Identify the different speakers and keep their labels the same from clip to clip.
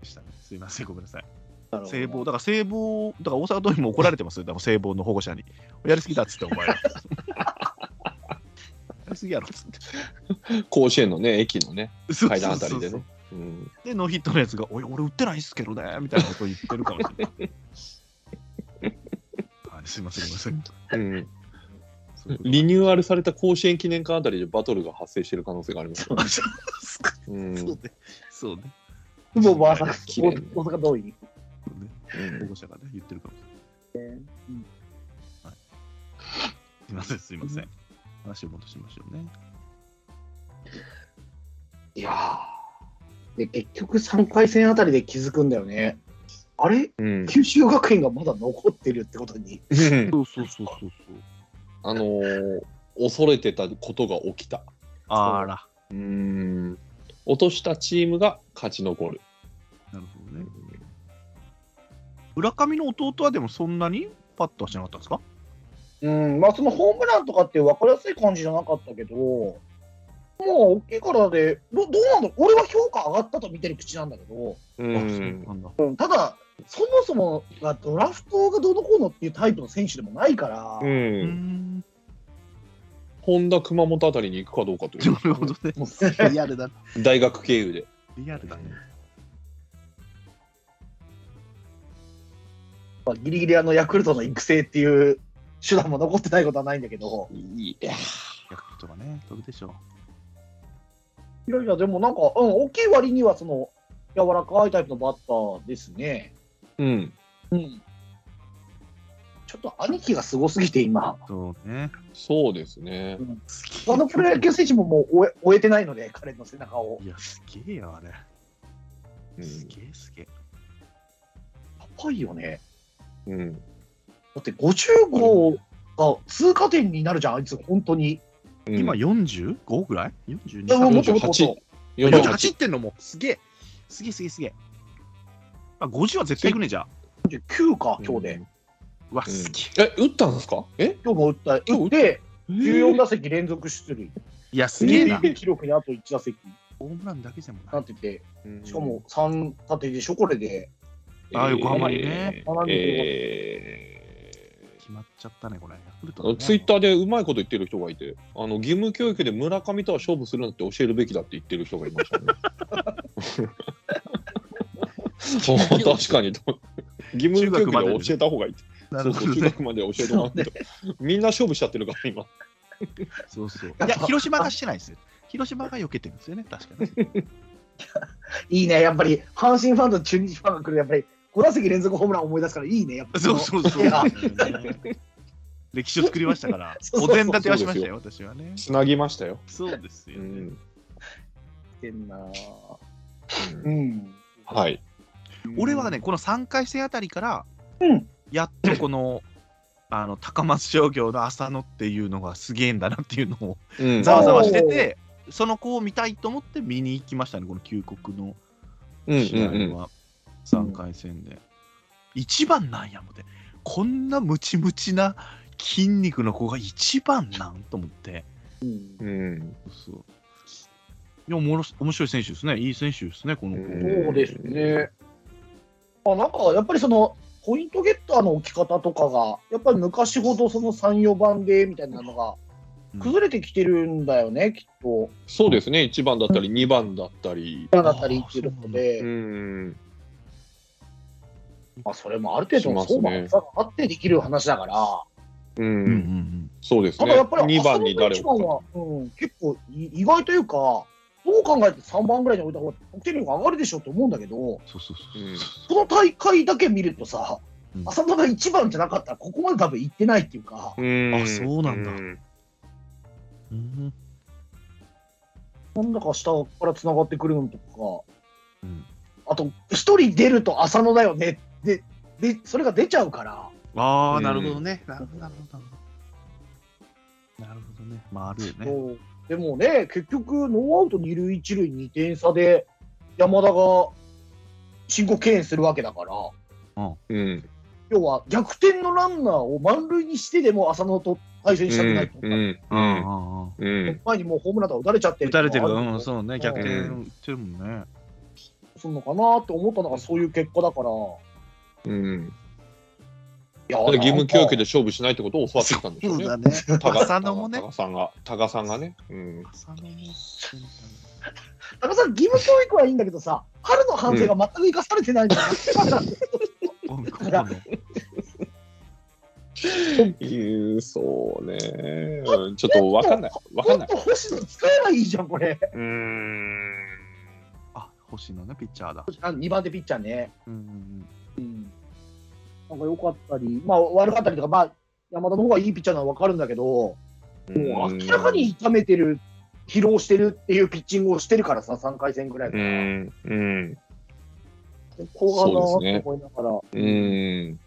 Speaker 1: でした。すいません、ごめんなさい。
Speaker 2: なるほど
Speaker 1: 聖望、だから聖望、だから大阪桐蔭も怒られてますよ、だから聖望の保護者に。やりすぎだっつって、お 前ら。やりすぎやろっつって。
Speaker 2: 甲子園のね、駅のね、
Speaker 1: そう
Speaker 2: 階段
Speaker 1: そ
Speaker 2: あ
Speaker 1: うそ
Speaker 2: たり
Speaker 1: う
Speaker 2: で
Speaker 1: そう
Speaker 2: ね。うん
Speaker 1: で、ノーヒットのやつが、おい、俺打ってないっすけどね、みたいなこと言ってるかもしれない。はい、すいません、ごめんなさい。
Speaker 2: うん
Speaker 1: そういうこと
Speaker 2: リニューアルされた甲子園記念館あたりでバトルが発生してる可能性がありますよね
Speaker 1: あそうっすか
Speaker 2: う
Speaker 1: そうんね、そうね。
Speaker 3: 父母は大阪
Speaker 2: 綺麗
Speaker 3: 大阪桐蔭。
Speaker 1: 保護者がね、言ってるかもしれない。
Speaker 3: うん
Speaker 1: すいません、すいません。話を戻しましょうね。
Speaker 3: いやーで、結局3回戦あたりで気づくんだよね。あれ
Speaker 2: うん
Speaker 3: 九州学院がまだ残ってるってことに。
Speaker 2: うん
Speaker 1: そうそうそうそうそう。
Speaker 2: あのー恐れてたことが起きた。
Speaker 1: あら。
Speaker 2: うん落としたチームが勝ち残る。
Speaker 1: なるほどね。村上の弟はでもそんなにパッとはしなかったんですか
Speaker 3: うん、まあそのホームランとかって分かりやすい感じじゃなかったけど、もう大きいからで、どどうなんだ俺は評価上がったと見てる口なんだけど、
Speaker 2: う
Speaker 1: あそうんなんだ。
Speaker 3: うんただ、そもそもがドラフトがどうのこうのっていうタイプの選手でもないから、
Speaker 2: う、
Speaker 1: うんん。
Speaker 2: 本田熊本あたりに行くかどうかとい
Speaker 1: な
Speaker 2: う
Speaker 1: るほどね。
Speaker 3: もうリアルだ。
Speaker 2: 大学経由で。
Speaker 1: リアルだね。
Speaker 3: まあギリギリあのヤクルトの育成っていう手段も残ってないことはないんだけど、
Speaker 2: いや
Speaker 1: ヤクルトがね、飛ぶでしょ
Speaker 3: いやいや、でもなんか、うん、大きい割にはその柔らかいタイプのバッターですね。
Speaker 2: うん、
Speaker 3: うん。ちょっと兄貴がすごすぎて今。
Speaker 1: う。そうね。
Speaker 2: そうですね。
Speaker 3: 他のプロ野球選手ももう終え終えてないので、彼の背中を。
Speaker 1: いや、すげえよ、あれ。
Speaker 2: うん
Speaker 1: すげえすげえ。
Speaker 3: やばいよね。
Speaker 2: うん、
Speaker 3: だって50号が通過点になるじゃん、あいつ、本当に。
Speaker 2: うん
Speaker 1: 今 45? ぐらい ?42?
Speaker 3: いやもうもっともっともっ
Speaker 2: 48
Speaker 3: と。
Speaker 2: 48
Speaker 1: 48ってんのも、すげえ。すげえすげえすげえ。あ、50は絶対いくねじゃあ。
Speaker 3: 49か、今日で。。
Speaker 1: うわ、
Speaker 2: うん
Speaker 1: すげえ。
Speaker 2: え、打ったんですかえ
Speaker 3: 今日も打った、打って、14打席連続出塁。
Speaker 1: いや、すげえな。
Speaker 3: MVP 記録にあと1打席
Speaker 1: ホームランだけでもな
Speaker 3: ないっ。てて、
Speaker 2: うん
Speaker 3: しかも3立てでしょ、これで。
Speaker 1: あ横浜にね
Speaker 2: えーえ
Speaker 1: 決まっちゃったね、これ。ヤクルトだ
Speaker 2: ー
Speaker 1: ね
Speaker 2: ツイッターでうまいこと言ってる人がいて、あの義務教育で村上とは勝負するなんて教えるべきだって言ってる人がいましたね。 そう確かにと義務教育では教えた方がいいって。
Speaker 1: な
Speaker 2: そ
Speaker 1: る
Speaker 2: う
Speaker 1: ほ
Speaker 2: そう
Speaker 1: ど
Speaker 2: 中
Speaker 1: ね。
Speaker 2: 学まで教えてもらって、みんな勝負しちゃってるから今。
Speaker 1: そうそう。いや、広島がしてないですよ。広島が避けてるんですよね、確かに。
Speaker 3: いいね、やっぱり、阪神ファンと中日ファンが来る、やっぱり5打席連続ホームラン思い出すから、いいね、やっぱり。
Speaker 1: そうそうそう
Speaker 3: いや。
Speaker 1: 歴史を作りました から、
Speaker 3: そう
Speaker 1: お
Speaker 3: そうそう
Speaker 1: 膳立てはしましたよ、私はね。
Speaker 2: つなぎましたよ。
Speaker 1: そうですよ
Speaker 2: う
Speaker 1: ね。
Speaker 2: ん
Speaker 3: ってんなぁ
Speaker 2: う
Speaker 3: うんん。
Speaker 2: はい。
Speaker 1: 俺はね、この3回戦あたりから
Speaker 3: うん、
Speaker 1: やっとこの、あの高松商業の浅野っていうのがすげえんだなっていうのを
Speaker 2: うん
Speaker 1: ざわざわして
Speaker 3: お
Speaker 1: て、その子を見たいと思って見に行きましたね、この旧国の
Speaker 2: うんうん
Speaker 1: 試合
Speaker 2: うん
Speaker 1: は3回戦で、一番なんやもてこんなムチムチな筋肉の子が一番なんと思って
Speaker 3: うん
Speaker 2: うん。
Speaker 1: そうそういやおもろし面白い選手ですねいい選手ですねこの子、
Speaker 2: うん
Speaker 3: そうですね。あなんかやっぱりそのポイントゲッターの置き方とかが、やっぱり昔ほどその3、4番でみたいなのが
Speaker 1: うん
Speaker 3: 崩れてきてるんだよね、きっと。
Speaker 2: そうですね。1番だったり2番だったり。
Speaker 3: だったりっていうことで、
Speaker 2: うん。
Speaker 3: まあ、それもある程度の相場
Speaker 2: しますね
Speaker 3: があってできる話だから、
Speaker 1: う
Speaker 2: う。
Speaker 1: んうんん
Speaker 2: そうです
Speaker 3: た
Speaker 2: ね。
Speaker 3: だやっぱり
Speaker 2: 2番に誰
Speaker 3: 1
Speaker 2: を
Speaker 3: 番は、うん、結構い意外というか、どう考えて3番ぐらいに置いた方が得点力上がるでしょうと思うんだけど、
Speaker 1: そうそうそう
Speaker 2: うん
Speaker 3: この大会だけ見るとさ
Speaker 1: う、ん
Speaker 3: 浅野が1番じゃなかったら、ここまで多分行ってないっていうか。
Speaker 2: うん
Speaker 1: あそうなんだ
Speaker 2: ん
Speaker 1: うん
Speaker 3: なんだか下からつながってくるのと
Speaker 1: うん
Speaker 3: か、あと、一人出ると浅野だよねでで、それが出ちゃうから、
Speaker 1: あ
Speaker 2: う
Speaker 1: あ
Speaker 2: ん
Speaker 1: なるほどねなるほどなるほどなるほどねまああるよね
Speaker 3: そうでもね、結局、ノーアウト二塁、一塁、2点差で、山田が申告敬遠するわけだから、
Speaker 2: うん。
Speaker 3: 要は逆転のランナーを満塁にしてでも浅野と対戦したくないと、
Speaker 2: うん。うんう
Speaker 1: ああ
Speaker 2: ん。
Speaker 1: ああ
Speaker 2: うん。
Speaker 3: 前にもうホームランとか打たれちゃって
Speaker 1: 打たれてる、
Speaker 3: のがあ
Speaker 1: うん、
Speaker 3: けど
Speaker 1: そうね、逆転打ってるもんね。
Speaker 3: するのかなって思ったのがそういう結果だから。
Speaker 2: うん、
Speaker 3: いや
Speaker 2: だから義務教育で
Speaker 3: で。
Speaker 2: 勝負しないってことを教わってきたんでしょうね。
Speaker 1: ね。
Speaker 2: 多賀
Speaker 1: 浅野もね
Speaker 2: 多賀さんが、多賀さんがね。うん。
Speaker 1: 浅野もそうだね
Speaker 3: 高さん、義務教育はいいんだけどさ、春の反省が全く生かされてないんだよ。
Speaker 1: うん今度ね
Speaker 2: いうそうね。うんちょっとわかんない。わかん
Speaker 3: も
Speaker 2: な
Speaker 3: っ
Speaker 2: い。
Speaker 3: と星野使えばいいじゃん、これ。
Speaker 2: うーん。
Speaker 1: あ、星野ね、ピッチャーだ。
Speaker 3: あ2番手ピッチャーね。
Speaker 1: うんうん
Speaker 3: なんか良かったり、まあ悪かったりとか、まあ山田の方がいいピッチャーなのは分かるんだけど、もう明らかに痛めてる、疲労してるっていうピッチングをしてるからさ、3回戦ぐらいうから。うん、
Speaker 2: ん。うん。
Speaker 3: 後
Speaker 2: そう
Speaker 3: 半だ
Speaker 2: です
Speaker 3: な
Speaker 2: ね
Speaker 3: と思いながら、
Speaker 2: うん。
Speaker 1: うん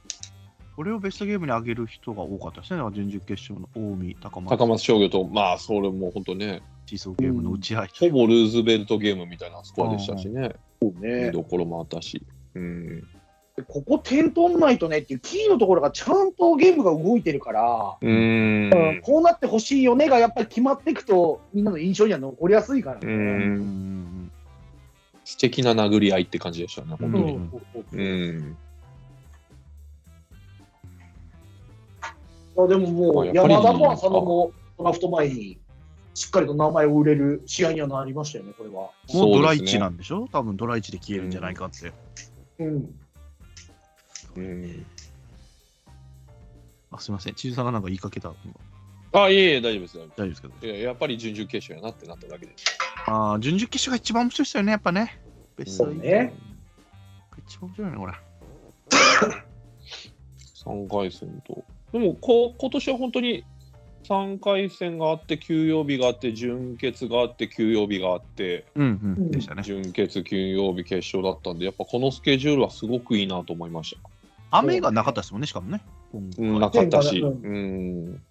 Speaker 1: これをベストゲームに上げる人が多かったですね、だから準々決勝の近江、高松、
Speaker 2: 高松商業と、まあ、それも本当ね、
Speaker 1: シーソーゲームの打ち合い、
Speaker 2: ほぼルーズベルトゲームみたいなスコアでしたしね。
Speaker 3: そうね
Speaker 2: 見、どころもあったし。うん。
Speaker 3: ここ点取んないとねっていうキーのところがちゃんとゲームが動いてるから、
Speaker 2: うーん。
Speaker 3: こうなってほしいよねがやっぱり決まっていくと、みんなの印象には残りやすいからね。
Speaker 2: うん
Speaker 1: うんうんうん
Speaker 2: 素敵な殴り合いって感じでしたね、本
Speaker 3: そ
Speaker 2: 当
Speaker 3: う
Speaker 2: に。
Speaker 3: そうそう
Speaker 2: う
Speaker 3: い
Speaker 2: ん。
Speaker 3: やでももう、
Speaker 2: やっぱり
Speaker 3: 山田も浅野もドラフト前にしっかりと名前を売れる試合にはなりましたよね、これは。
Speaker 1: もうドライ
Speaker 2: そうです
Speaker 1: チ
Speaker 2: ね
Speaker 1: なんでしょ、多分ドライチで消えるんじゃないかって。
Speaker 3: うん、
Speaker 2: うん
Speaker 1: あすみません、千々さんがなんか言いかけた、今
Speaker 2: あ、いえいえ、大丈夫です。大丈夫で
Speaker 1: 大丈夫ですけど。
Speaker 2: すいややっぱり準々決勝やなってなっただけです。
Speaker 1: ああ、準々決勝が一番面白いですよね、やっぱね。ベスト
Speaker 3: そう
Speaker 1: 8
Speaker 3: ね
Speaker 1: 一番面白いね、これ。
Speaker 2: 3回戦と。でもこ、今年は本当に3回戦があって、休養日があって、準決があって、休養日があって、
Speaker 1: うんう
Speaker 3: うん
Speaker 1: ん、でしたね。
Speaker 2: 準決、休養日、決勝だったんで、やっぱこのスケジュールはすごくいいなと思いました。
Speaker 1: 雨がなかったですもんね、しかもね。今回
Speaker 2: うん、なかったし、
Speaker 3: う
Speaker 2: うん、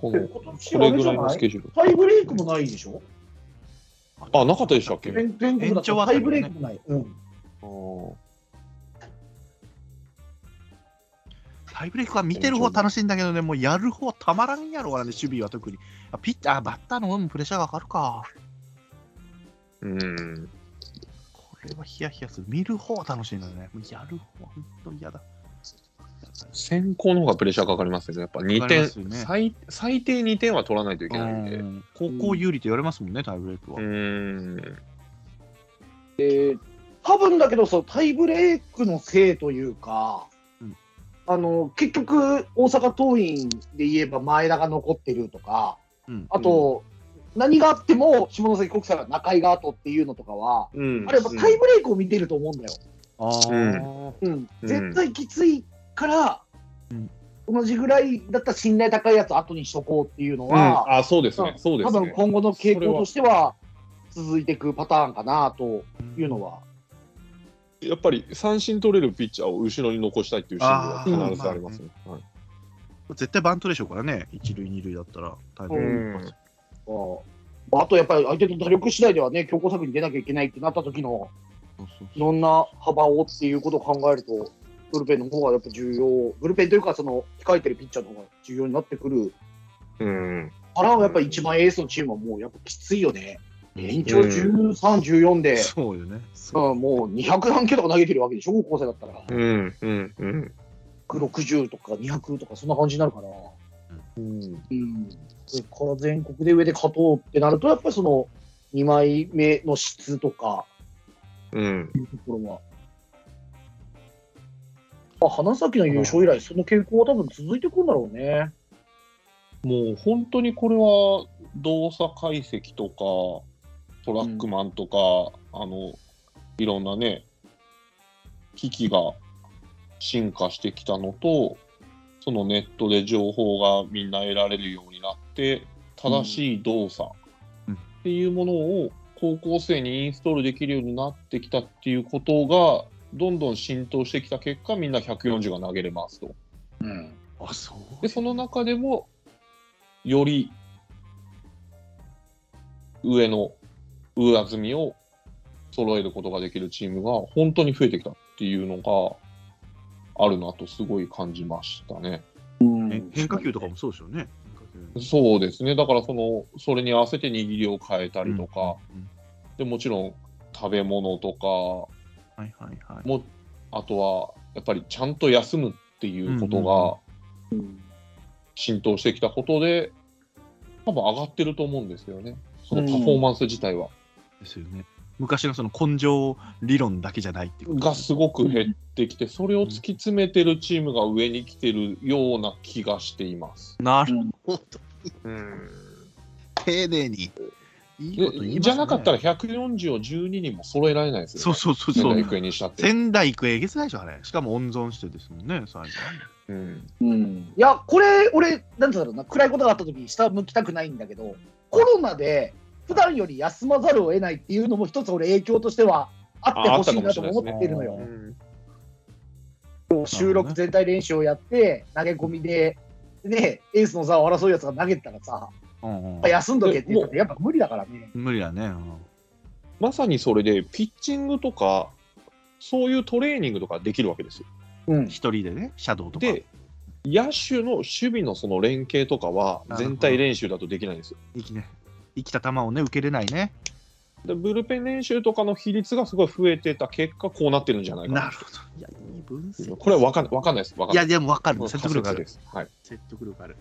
Speaker 2: こ
Speaker 3: で
Speaker 2: の
Speaker 3: 今年
Speaker 2: こ
Speaker 3: は
Speaker 2: れ
Speaker 3: あれ
Speaker 2: ぐ
Speaker 3: じ
Speaker 2: ら
Speaker 3: ゃ
Speaker 2: いの
Speaker 3: な
Speaker 2: ス
Speaker 3: い
Speaker 2: ケジュール。
Speaker 3: タイブレイクもないでしょ
Speaker 2: あ、なかったでしたっけあ
Speaker 3: 全全国だ
Speaker 1: 延長
Speaker 3: と
Speaker 1: は
Speaker 3: タ
Speaker 1: あ
Speaker 3: イ
Speaker 1: るよね
Speaker 3: ブレイクもない。うん、
Speaker 2: ー
Speaker 1: タイブレイクは見てる方楽しいんだけどね、もうやる方たまらんやろうからね、守備は特に。あピッチャー、バッターの方にプレッシャーがかかるか。
Speaker 2: うん、
Speaker 1: これはヒヤヒヤする。見る方は楽しいんだよね。もうやる方は本当に嫌だ。
Speaker 2: 先行の方がプレッシャーかかりますよね。やっぱ2
Speaker 1: かかりま
Speaker 2: 点
Speaker 1: すよ、ね
Speaker 2: 最最低2点は取らないといけないんで。
Speaker 1: うん高校有利と言われますもんね、タイブレイクは。
Speaker 2: うん
Speaker 3: 多分だけどそう、タイブレイクのせいというか、
Speaker 1: うん
Speaker 3: あの結局、大阪桐蔭で言えば前田が残ってるとか、
Speaker 1: うん
Speaker 3: あと、何があっても下関国際が中井が後っていうのとかは、
Speaker 2: うん
Speaker 3: あれやっぱタイブレイクを見てると思うんだよ。
Speaker 1: あー
Speaker 3: うん、
Speaker 2: うん
Speaker 3: 絶対きついから、
Speaker 1: うん
Speaker 3: 同じぐらいだったら信頼高いやつを後にしとこうっていうの
Speaker 2: うん、
Speaker 3: は、
Speaker 2: あそうですね、そうで
Speaker 3: 多
Speaker 2: すね。
Speaker 3: 分今後の傾向としては続いていくパターンかなというのは、
Speaker 2: やっぱり三振取れるピッチャーを後ろに残したいっていう心理は必ずありますね。はい
Speaker 1: 絶対バントでしょうからね、一塁、二塁だったら、タイブレイクは
Speaker 2: うん
Speaker 3: ああとやっぱり相手の打力次第ではね強攻策に出なきゃいけないってなった時の
Speaker 1: そうそう
Speaker 3: いろんな幅をっていうことを考えるとブルペンの方がやっぱ重要ブルペンというかその控えてるピッチャーの方が重要になってくる
Speaker 2: うん
Speaker 3: からやっぱり一番エースのチームはもうやっぱきついよね延長13、14で、
Speaker 1: そうよね。そう
Speaker 3: うん、もう200何キロとか投げてるわけでしょ高校生だったら
Speaker 2: うんうんうん
Speaker 3: 160とか200とかそんな感じになるから。
Speaker 2: うん
Speaker 3: うん、それから全国で上で勝とうってなると、やっぱりその2枚目の質とか
Speaker 2: うん
Speaker 3: いうところは、まあ、花咲の優勝以来、その傾向は多分続いていくんだろうね。
Speaker 2: もう本当にこれは動作解析とかトラックマンとか、あのいろんなね機器が進化してきたのとそのネットで情報がみんな得られるようになって正しい動作
Speaker 1: うん
Speaker 2: っていうものを高校生にインストールできるようになってきたっていうことがどんどん浸透してきた結果みんな140が投げれますと。
Speaker 3: うん、
Speaker 1: あ、そう。
Speaker 2: でその中でもより上の上積みを揃えることができるチームが本当に増えてきたっていうのがあるなとすごい感じましたね。
Speaker 1: え変化球とかもそうですよね。
Speaker 2: そうですねだからそのそれに合わせて握りを変えたりとか、
Speaker 1: うん
Speaker 2: でもちろん食べ物とか
Speaker 1: はいはいはい。
Speaker 2: もあとはやっぱりちゃんと休むっていうこと
Speaker 1: うんうん
Speaker 2: が浸透してきたことで、多分上がってると思うんですよねそのパフォーマンス自体は、
Speaker 1: ですよね。昔のその根性理論だけじゃないっていうこと
Speaker 2: がすごく減ってきてそれを突き詰めてるチームが上に来てるような気がしています。
Speaker 1: なるほど。
Speaker 2: うん
Speaker 1: 丁寧に。いいこと言いますね
Speaker 2: じゃなかったら140を12人も揃えられないですよ、ね。
Speaker 1: そうそうそう
Speaker 2: 仙
Speaker 1: そ
Speaker 2: 台
Speaker 1: う。
Speaker 2: 育英にしたって。
Speaker 1: 仙台育英えげつないでしょ、あれ。しかも温存してですもんね、最後。
Speaker 2: うん、
Speaker 3: いや、これ、俺、なんつうんだろうな、暗いことがあった時に下向きたくないんだけど、コロナで普段より休まざるを得ないっていうのも一つ俺影響としてはあってほしいなとも思ってるのよ。収録全体練習をやって、投げ込みで、ね、エースの座を争うやつが投げてたらさ、
Speaker 1: うんうん
Speaker 3: やっぱ休んどけって言ったってやっぱ無理だからね。
Speaker 1: 無理だね。うん
Speaker 2: まさにそれで、ピッチングとか、そういうトレーニングとかできるわけですよ。
Speaker 3: うん。
Speaker 1: 一人でね、シャドウとか。
Speaker 2: で、野手の守備のその連携とかは、全体練習だとできないんですよ。
Speaker 1: 生きね、生きた球をね、受けれないね。
Speaker 2: でブルペン練習とかの比率がすごい増えてた結果、こうなってるんじゃないか
Speaker 1: な
Speaker 2: な。
Speaker 1: るほど。いや、いい分析。
Speaker 2: これは分かんないわかんないです。わか
Speaker 1: い
Speaker 2: んない
Speaker 1: や、でも分かる。
Speaker 2: もう
Speaker 1: 説
Speaker 2: 仮
Speaker 1: 得力あ
Speaker 2: 説
Speaker 1: る
Speaker 2: で。す。はい、
Speaker 1: 説得力ある。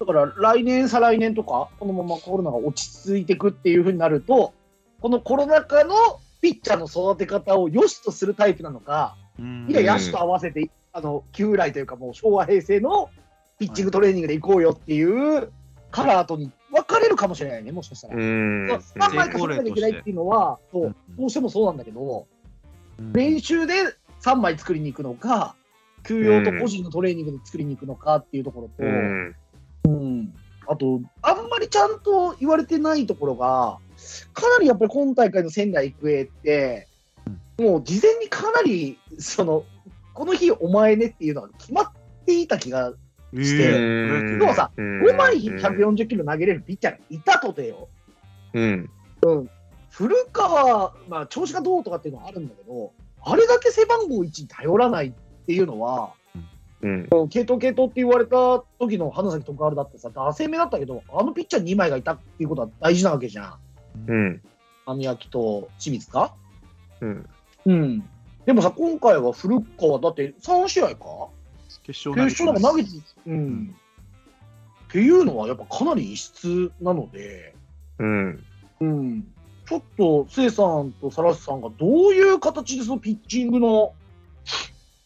Speaker 3: だから来年、再来年とか、このままコロナが落ち着いていくっていうふうになると、このコロナ禍のピッチャーの育て方を良しとするタイプなのか、
Speaker 1: うん
Speaker 3: いや、野手と合わせて、あの旧来というか、もう昭和、平成のピッチングトレーニングで行こうよっていうカラーとに分かれるかもしれないね、もしかしたら。
Speaker 2: ん
Speaker 3: だから考えてしなきゃいけないっていうのは、そううんどうしてもそうなんだけど、
Speaker 1: うん
Speaker 3: 練習で3枚作りに行くのか、休養と個人のトレーニングで作りに行くのかっていうところと。うん、あと、あんまりちゃんと言われてないところが、かなりやっぱり今大会の仙台育英って、もう事前にかなり、その、この日お前ねっていうのが決まっていた気が、
Speaker 1: して
Speaker 3: ん
Speaker 1: プロ野球
Speaker 3: 要はさ5枚140キロ投げれるピッチャーがいたとてよ、
Speaker 2: うん、
Speaker 3: 古川、まあ、調子がどうとかっていうのはあるんだけど、あれだけ背番号1に頼らないっていうのは、
Speaker 2: うん、
Speaker 3: 系統系統って言われた時の花咲徳栄だってさ、打線目だったけど、あのピッチャー2枚がいたっていうことは大事なわけじゃん。
Speaker 2: うん、
Speaker 3: 網焼と清水か
Speaker 2: うん、
Speaker 3: うん。でもさ、今回は古川、だって3試合か
Speaker 1: 決勝
Speaker 3: 決勝なんか投げ
Speaker 1: て
Speaker 3: て、うん。っていうのは、やっぱかなり異質なので、
Speaker 2: うん、
Speaker 3: うん。ちょっと、せいさんとサラスさんがどういう形でそのピッチングの、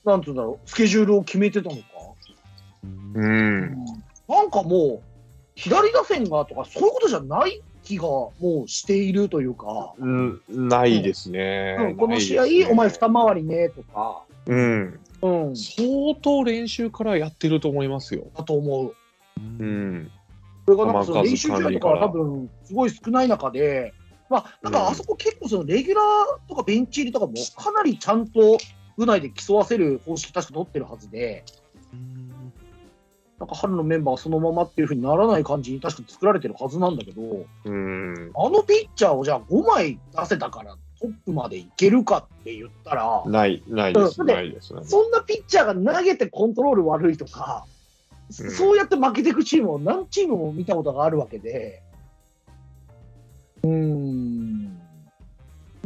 Speaker 3: なんていうんだろう、スケジュールを決めてたのか。
Speaker 1: うん
Speaker 2: うん、
Speaker 3: なんかもう、左打線がとか、そういうことじゃない気がもうしているというか、
Speaker 2: うん、ないですね。
Speaker 3: うん、この試合、
Speaker 2: ないですね
Speaker 3: お前二回りねとか、
Speaker 2: うん、
Speaker 3: うん、
Speaker 2: 相当練習からやってると思いますよ。
Speaker 3: だと思う。
Speaker 2: うん、
Speaker 3: それがなんかその
Speaker 2: 球
Speaker 3: 練
Speaker 2: 数
Speaker 3: 習
Speaker 2: 管
Speaker 3: 試合
Speaker 2: 理
Speaker 3: と
Speaker 2: か
Speaker 3: からは多分すごい少ない中で、まあ、なんかあそこ結構そのレギュラーとかベンチ入りとかもかなりちゃんと部内で競わせる方式確か取ってるはずで、
Speaker 1: うん
Speaker 3: なんか春のメンバーはそのままっていうふうにならない感じに確か作られてるはずなんだけど、
Speaker 2: うん、
Speaker 3: あのピッチャーをじゃあ5枚出せたからトップまでいけるかって言ったら、
Speaker 2: ない、ないです、
Speaker 3: うん
Speaker 2: ないです。ないです
Speaker 3: そんなピッチャーが投げてコントロール悪いとか、
Speaker 2: うん
Speaker 3: そうやって負けていくチームを何チームも見たことがあるわけで、うーん。い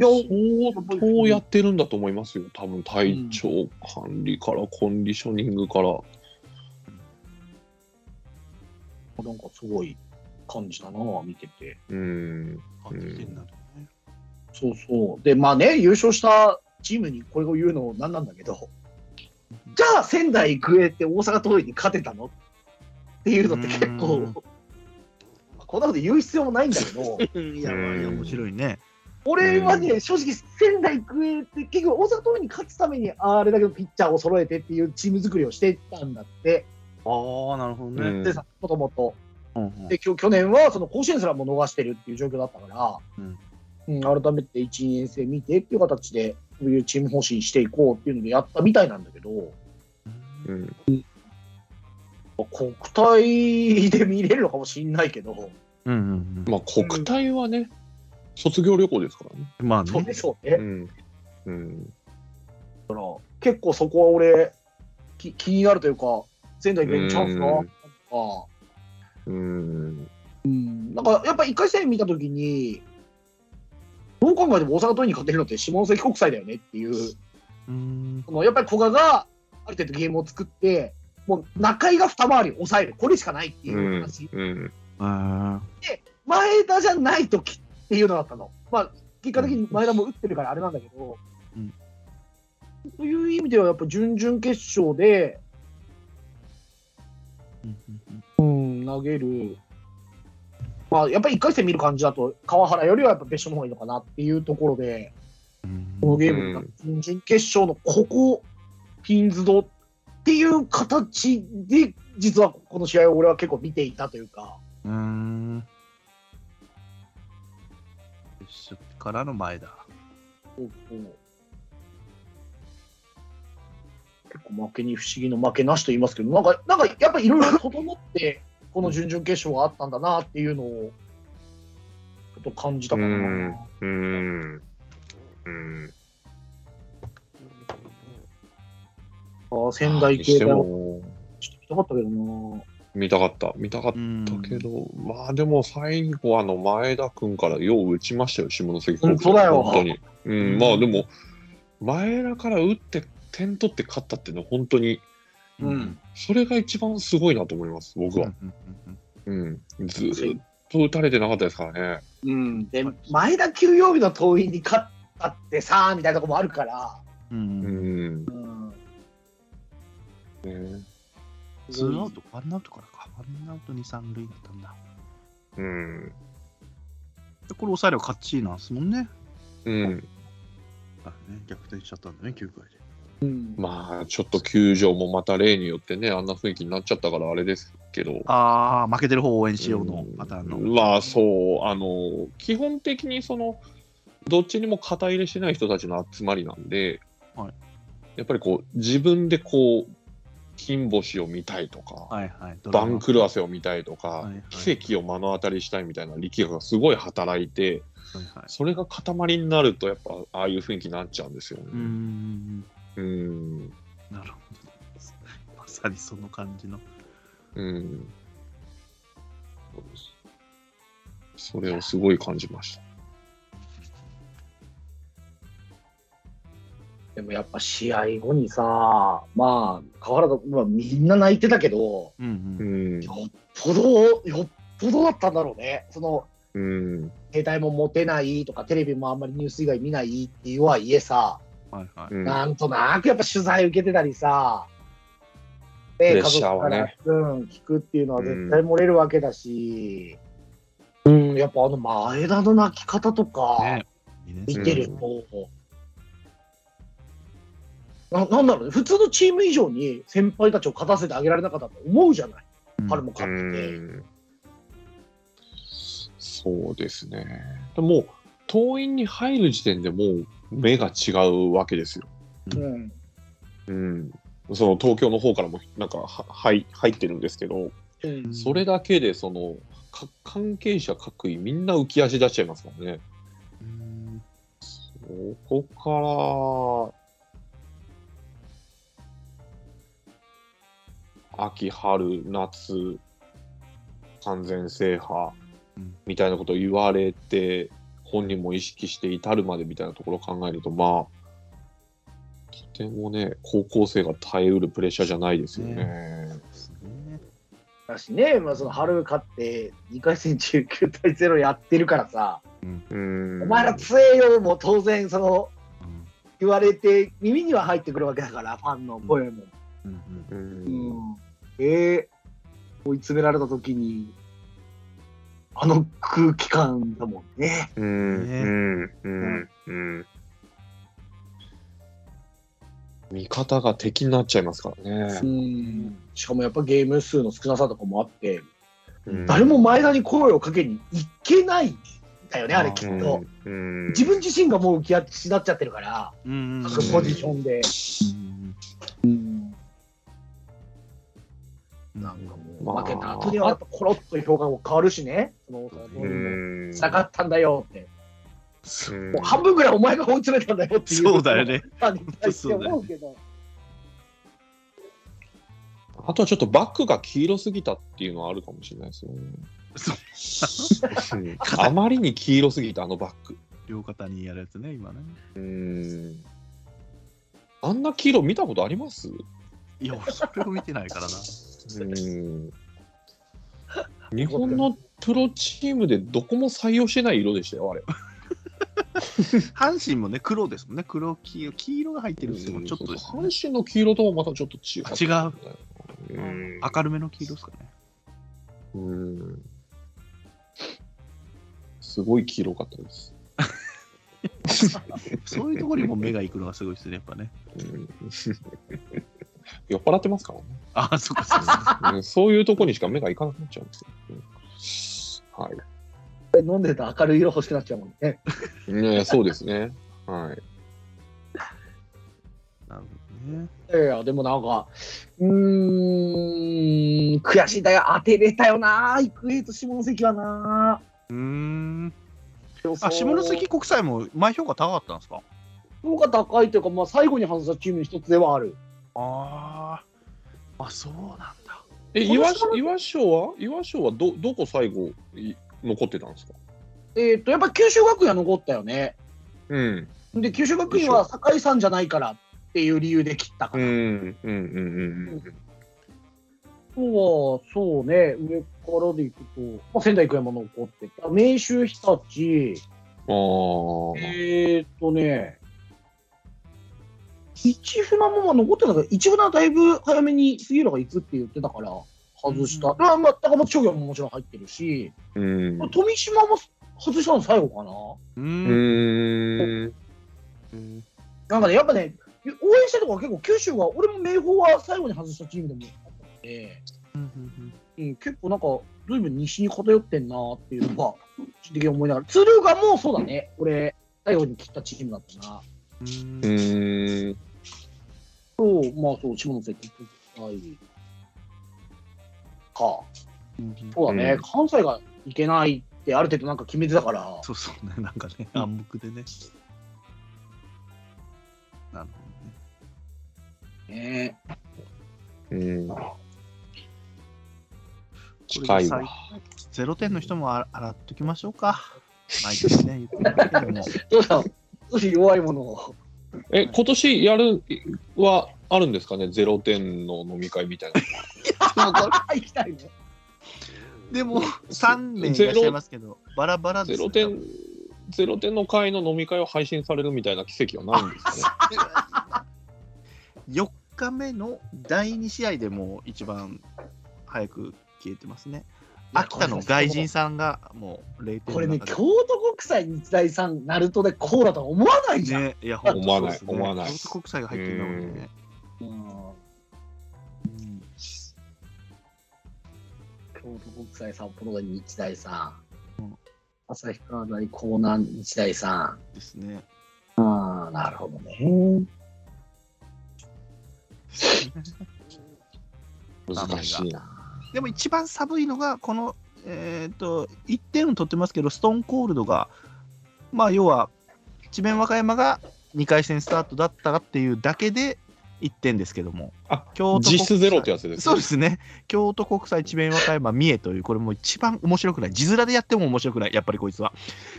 Speaker 3: や、
Speaker 2: 相当やってるんだと思いますよ。多分体調管理からコンディショニングから。
Speaker 3: なんかすごい感じだな、見てて。
Speaker 2: うん、
Speaker 1: あ見てんだね
Speaker 3: そうそう。で、まあね、優勝したチームにこれを言うのなんなんだけど、じゃあ仙台育英って大阪桐蔭に勝てたのっていうのって結構、
Speaker 1: うん
Speaker 3: こんなこと言う必要もないんだけど。
Speaker 1: うんいや、まあいや面白いね。
Speaker 3: 俺はね、正直、仙台育英って結局、大阪桐蔭に勝つために、あれだけのピッチャーを揃えてっていうチーム作りをしていったんだって、
Speaker 1: ああ、なるほど
Speaker 2: う
Speaker 1: ね。
Speaker 2: ん
Speaker 3: でさ、もともと。
Speaker 1: うんうん
Speaker 3: で、去去年はその甲子園すらも逃してるっていう状況だったから、
Speaker 1: うん
Speaker 3: うん改めて1、2年生見てっていう形で、こういうチーム方針していこうっていうのでやったみたいなんだけど、
Speaker 2: うん、
Speaker 3: 国体で見れるのかもしんないけど、
Speaker 1: うんうん
Speaker 2: まあ国体はね、卒業旅行ですからね。
Speaker 1: うん。まあ
Speaker 3: そう
Speaker 1: ね
Speaker 3: で。しょうね。
Speaker 2: うん、うん、
Speaker 3: 結構そこは俺、き気になるというか、仙台育英にチャンスがあったのか。
Speaker 2: うん。
Speaker 3: なんかやっぱ一回戦見たときに、どう考えても大阪桐蔭に勝てるのって下関国際だよねっていう、
Speaker 1: うん。
Speaker 3: そのやっぱり古賀がある程度ゲームを作って、もう中井が二回りを抑える、これしかないっていう話、
Speaker 2: うん。
Speaker 1: あ
Speaker 3: 前田じゃない時っていうのだったの、まあ、結果的に前田も打ってるからあれなんだけど、
Speaker 1: うん
Speaker 3: という意味では、やっぱ準々決勝で、
Speaker 1: ーうんうんうん
Speaker 3: うん、投げる、まあ、やっぱり1回戦見る感じだと、川原よりはやっぱ別所の方がいいのかなっていうところで。このゲームの準々決勝のここ、ピンズドっていう形で、実はこの試合を俺は結構見ていたというか、
Speaker 1: うーん。出所からの前だ。
Speaker 3: 結構負けに不思議の負けなしと言いますけど、なんか、なんかやっぱりいろいろ整って、この準々決勝があったんだなっていうのを、ちょっと感じたかな。
Speaker 2: うんうん。うん。
Speaker 3: ああ仙台
Speaker 2: に
Speaker 3: 系
Speaker 2: して
Speaker 3: だちょっと
Speaker 2: も、
Speaker 3: 見たかったけ
Speaker 2: 見たかった。
Speaker 3: どな。
Speaker 2: 見たかっ
Speaker 1: うん
Speaker 2: たけど、まあでも最後、あの、前田君からよう打ちましたよ、下関
Speaker 3: うんそうだよ
Speaker 2: 本当に。うん、まあでも、前田から打って、点取って勝ったっていうのは本当に、
Speaker 3: うん
Speaker 2: それが一番すごいなと思います、僕
Speaker 1: うんう
Speaker 2: は。
Speaker 1: んうん
Speaker 2: うん。ずーっと打たれてなかったですからね。
Speaker 3: うん、で前田休養日の党員に勝ったってさあみたいなとこもあるから、
Speaker 1: うん
Speaker 2: う
Speaker 1: うん。
Speaker 2: ん。
Speaker 3: うん、
Speaker 2: ね
Speaker 1: ツーアウト、ワンアウトからか。ワンアウト二三塁だったんだ。
Speaker 2: うん。
Speaker 1: でこれ抑えれば勝ちなんですもんね。
Speaker 2: うん。
Speaker 1: あね逆転しちゃったんだね、9回で。
Speaker 2: まあ、ちょっと球場もまた例によってね、あんな雰囲気になっちゃったからあれですけど。
Speaker 1: ああ、負けてる方を応援しようのパターンの。
Speaker 2: うんまあそうあの基本的にそのどっちにも肩入れしてない人たちの集まりなんで、
Speaker 1: はい
Speaker 2: やっぱりこう自分でこう金星を見たいとか、
Speaker 1: はいはい。
Speaker 2: 番狂わせを見たいとか、
Speaker 1: いはい
Speaker 2: 奇跡を目の当たりしたいみたいな力学がすごい働いて
Speaker 1: はいはい。
Speaker 2: それが塊になるとやっぱああいう雰囲気になっちゃうんですよね。
Speaker 1: うーん。
Speaker 2: うん
Speaker 1: なるほど。まさにその感じの。
Speaker 2: うんそうですそれをすごい感じました。
Speaker 3: でもやっぱ試合後にさ、まあ、河原と、まあ、みんな泣いてたけど、
Speaker 1: うん
Speaker 2: う
Speaker 1: うん。
Speaker 2: ん
Speaker 3: よっぽど、よっぽどだったんだろうね、その
Speaker 2: うん
Speaker 3: 携帯も持てないとか、テレビもあんまりニュース以外見ないっていうはいえさ、
Speaker 1: はいは
Speaker 2: うん
Speaker 3: なんとなくやっぱ取材受けてたりさ、
Speaker 2: プ
Speaker 3: ね
Speaker 2: レッシャーはね
Speaker 3: 家族からうん、聞くっていうのは絶対漏れるわけだし、うん、やっぱあの前田の泣き方とか、
Speaker 1: い。ね二年生
Speaker 3: 見てると、ななんだろうね、普通のチーム以上に先輩たちを勝たせてあげられなかったと思うじゃない、
Speaker 1: うん
Speaker 3: 春も勝
Speaker 2: う
Speaker 3: ってて。
Speaker 2: んそうですね。でもう、党員に入る時点でもう目が違うわけですよ。
Speaker 1: うん
Speaker 3: うん
Speaker 2: うん、その東京の方からもなんかははい入ってるんですけど、
Speaker 3: うん
Speaker 2: それだけでそのか関係者各位みんな浮き足立っちゃいますからね。
Speaker 1: うん
Speaker 2: そこから、秋、春、夏、完全制覇
Speaker 1: うん
Speaker 2: みたいなことを言われて、本人も意識して至るまでみたいなところを考えると、まあ、とてもね、高校生が耐えうるプレッシャーじゃないですよね。
Speaker 1: ですね
Speaker 3: だしね、まあ、その春勝って2回戦19対0やってるからさ、
Speaker 2: うん
Speaker 3: お前ら強えよも当然その
Speaker 1: うん
Speaker 3: 言われて耳には入ってくるわけだからファンの声も。
Speaker 1: うん
Speaker 2: うん
Speaker 3: で追い詰められた時にあの空気感だもんね。
Speaker 2: うん
Speaker 1: ね
Speaker 2: うんうん味方が敵になっちゃいますからね。
Speaker 3: うんしかもやっぱゲーム数の少なさとかもあって、
Speaker 2: うん
Speaker 3: 誰も前田に声をかけに行けないんだよね、あれきっと。
Speaker 2: うん
Speaker 3: 自分自身がもう浮き足立っちゃってるから、
Speaker 1: うん。
Speaker 3: 各ポジションで。
Speaker 1: ン。
Speaker 3: なんか
Speaker 2: ま
Speaker 3: も
Speaker 2: あ
Speaker 3: う負けた後にはやっぱコロッと評価も変わるしね、その
Speaker 2: うん
Speaker 3: 下がったんだよって、
Speaker 1: そう
Speaker 2: うん
Speaker 3: もう半分ぐらいお前が追い詰めたんだよっていう。
Speaker 1: そうだよ。ね。
Speaker 3: そうだよね。
Speaker 2: あとはちょっとバックが黄色すぎたっていうのはあるかもしれないですよね。
Speaker 1: そう
Speaker 2: うんあまりに黄色すぎたあのバック。
Speaker 1: 両肩にやるやつね、今ね。
Speaker 2: うん。あんな黄色見たことあります
Speaker 1: いや、俺それを見てないからな。
Speaker 2: うん。日本のプロチームでどこも採用してない色でしたよ、あれ。
Speaker 1: 阪神もね、黒ですもんね。黒、黄色、黄色が入ってるんですもんちょっとですね、
Speaker 2: 阪神の黄色ともまたちょっと違う。う。ん。
Speaker 1: 明るめの黄色ですかね。
Speaker 2: うん。すごい黄色かったです。
Speaker 1: そういうところにも目が行くのがすごいですね、やっぱね。
Speaker 2: うん、 酔っ払ってますからね。
Speaker 1: ああ、そっかそっか。
Speaker 2: うんそういうとこにしか目がいかなくなっちゃうんですよ。はい。
Speaker 3: 飲んでると明るい色欲しくなっちゃうもんね。
Speaker 2: いやいやそうですね。はい。
Speaker 1: なるほどね。
Speaker 3: いやいや、でもなんか、うーん、悔しいだよ、当てれたよな、育英と下関はな。
Speaker 1: うーん。あ、下関国際も前評価高かったんですか
Speaker 3: 評価高いというか、まあ、最後に外したチームの一つではある。
Speaker 1: ああ。あ、そうなんだ。
Speaker 2: え、
Speaker 3: この
Speaker 2: 岩
Speaker 3: 人の
Speaker 2: 岩翔は岩翔はどどこ最後い残ってたんですか
Speaker 3: えっ、と、やっぱ九州学院は残ったよね。
Speaker 2: うん。
Speaker 3: で、九州学院は酒井さんじゃないからっていう理由で切ったか
Speaker 2: う
Speaker 3: ら。
Speaker 2: んうんうん
Speaker 3: そうは、そうね、上からでいくと、まあ、仙台育英も残ってた。明秀日立、
Speaker 2: うん。ああ。
Speaker 3: えー、っとね、一船もまあ残ってたけど、一船はだいぶ早めに杉浦が行くって言ってたから、外した。
Speaker 1: う
Speaker 3: まあまあ、高松商業ももちろん入ってるし、
Speaker 2: うん。う
Speaker 3: 富島も外したの最後
Speaker 1: う
Speaker 3: かな。
Speaker 1: ーん。
Speaker 2: ーん。
Speaker 1: うん
Speaker 3: なんかね、やっぱね、応援してるとこは結構、九州は、俺も明豊は最後に外したチームでもあったので、
Speaker 1: うん
Speaker 3: うん、結構なんか、ずいぶん西に偏ってんなーっていうのは、個人的に思いながら、鶴ヶもそうだね、俺、最後に切ったチームだったな。
Speaker 1: う
Speaker 2: うんーん。
Speaker 3: そう、まあそう、下関国際か。そうだね、
Speaker 2: うん
Speaker 3: 関西がいけないってある程度なんか決めてたから、
Speaker 1: そうそうね、なんかね、暗黙でね。なるほどね。
Speaker 3: ね、
Speaker 2: うん。
Speaker 1: こ
Speaker 2: 近
Speaker 1: れ
Speaker 2: い
Speaker 1: で最
Speaker 2: わ
Speaker 1: 後。ゼロ点の人もあ洗っときましょうか。毎年ね、言ってますけ ども。
Speaker 3: どうだ、少し弱いもの を。
Speaker 2: え、今年やるはあるんですかねゼロ点の飲み会みたいな。
Speaker 3: 行きたいね。
Speaker 1: でも、3名いらっしゃいますけど、バラバラで
Speaker 2: ゼ
Speaker 1: すね
Speaker 2: ロ点、ゼロ点の会の飲み会を配信されるみたいな奇跡はないんですかね。
Speaker 1: 4日目の第2試合でもう一番早く消えてますね。秋田の外人さんがもう0点
Speaker 3: これね、
Speaker 1: の
Speaker 3: 京
Speaker 1: 中
Speaker 3: 都国際、日大さん、鳴門でこうだとは思わないじ
Speaker 1: で
Speaker 3: ゃん。
Speaker 1: ね、いや、本当そうですね
Speaker 2: 思わない思わない
Speaker 1: 京都国際が入ってるのもね。
Speaker 3: うん
Speaker 1: うん
Speaker 3: 京都国際、札幌大日大さん、旭川大、江南日大さ
Speaker 1: ですね。
Speaker 3: ん。ああ、なるほどね。
Speaker 2: 難しいな。
Speaker 1: でも一番寒いのが、この、えっと、1点取ってますけど、ストーンコールドが、まあ、要は、智弁和歌山が2回戦スタートだったっていうだけで1点ですけども、
Speaker 2: あ
Speaker 1: 京
Speaker 2: 実質ゼロっててやつです
Speaker 1: そう
Speaker 2: ね、
Speaker 1: ですね。京都国際智弁和歌山三重という、これもう一番面白くない。字面でやっても面白くない。やっぱりこいつは。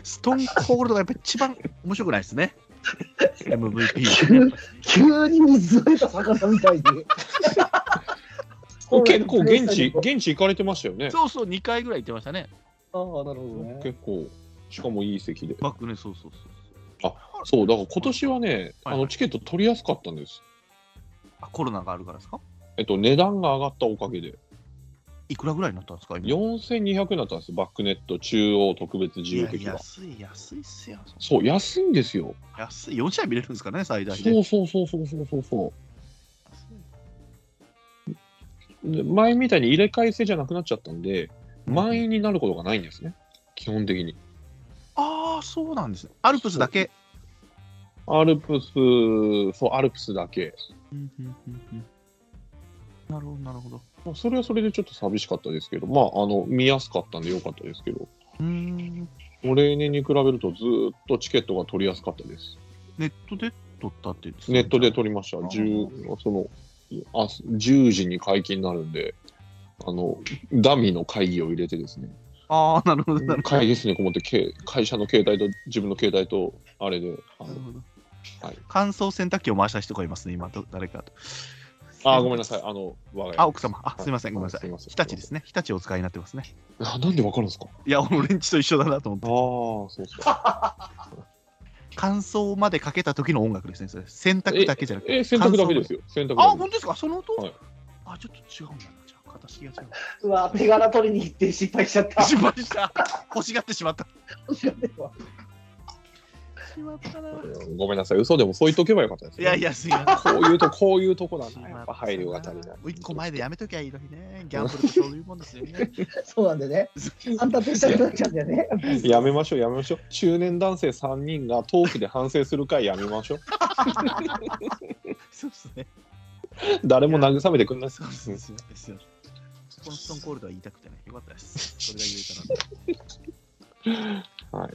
Speaker 1: ストーンコールドがやっぱり一番面白くないです ね。MVP。
Speaker 3: 急に水を得た魚みたい に。
Speaker 2: 結構現地、現地行かれてましたよね。
Speaker 1: そうそう、2回ぐらい言ってましたね。
Speaker 3: ああ、なるほどね。
Speaker 2: 結構、しかもいい席で。
Speaker 1: バックね、そうそうそう。
Speaker 2: そう、だから今年はね、
Speaker 1: はい
Speaker 2: あのチケット取りやすかったんです。
Speaker 1: あコロナがあるからですか
Speaker 2: えっと、値段が上がったおかげで、
Speaker 1: いくらぐらいになったんですか今
Speaker 2: 4200円だったんです、バックネット中央特別自
Speaker 1: い
Speaker 2: 由
Speaker 1: や
Speaker 2: 席は。
Speaker 1: 安い、安いっすよ。
Speaker 2: そう、安いんですよ。
Speaker 1: 安い。4試合見れるんですかね、最大で。
Speaker 2: そうそうそうそうそうそうそう。で前みたいに入れ替え制じゃなくなっちゃったんで、満員になることがないんですね、基本的に。
Speaker 1: ああ、そうなんですね。アルプスだけ。
Speaker 2: アルプス、そう、アルプスだけ。
Speaker 1: うんうんうんうんなるほど、なるほど。
Speaker 2: まあそれはそれでちょっと寂しかったですけど、まあ、あの、見やすかったんでよかったですけど、
Speaker 1: うーん。
Speaker 2: もう例年に比べるとずーっとチケットが取りやすかったです。
Speaker 1: ネットで撮ったって言ってた
Speaker 2: ネットで取りました。
Speaker 1: あー
Speaker 2: 10そのあ10時に解禁になるんで、あのダミーの会議を入れてですね、
Speaker 1: ああ、なるほど、なる
Speaker 2: 会議室にこもってけ会社の携帯と自分の携帯とあれであ
Speaker 1: ほ
Speaker 2: の
Speaker 1: ど。
Speaker 2: はい
Speaker 1: 乾燥洗濯機を回した人がいますね、今、ど誰かと。
Speaker 2: あごめんなさいあの我が家
Speaker 1: あ、奥様。あ、すみません、ごめんなさい。
Speaker 2: すいません
Speaker 1: 日立ですね。日立をお使いになってますね。
Speaker 2: あなんでわかるんですか
Speaker 1: いや、俺んちと一緒だなと思って
Speaker 2: ああ。そうですか
Speaker 1: 乾燥までかけた時の音楽ですね、それ。洗濯だけじゃなくて。
Speaker 2: え洗濯だけですよ洗濯
Speaker 1: あ、
Speaker 2: だけ
Speaker 1: 本当ですかその音、
Speaker 2: はい
Speaker 1: あ、ちょっと違うんだな。じゃあ、形が違う。
Speaker 3: うわ、手柄取りに行って失敗しちゃった。
Speaker 1: 失敗 した。欲しがってしまった。しまったな。
Speaker 2: うんごめんなさい嘘でもそう言っとけばよかったです、
Speaker 1: い
Speaker 2: ね、
Speaker 1: やいや、すいません。
Speaker 2: こういうとこういうとこだなやっぱ配慮が足りない
Speaker 1: 一個前でやめときゃいいのにね。ギャンブルってそういうもんですよね。
Speaker 3: そうなんでね。あんたと一緒になっちゃうんだよね。
Speaker 2: やめましょうやめましょう中年男性3人がトークで反省する会やめましょう
Speaker 1: そうですね。
Speaker 2: 誰も慰めてくんないです
Speaker 1: そうですね。そうですよ。このストーンコールドは言いたくてね。よかったです。それが言えたら。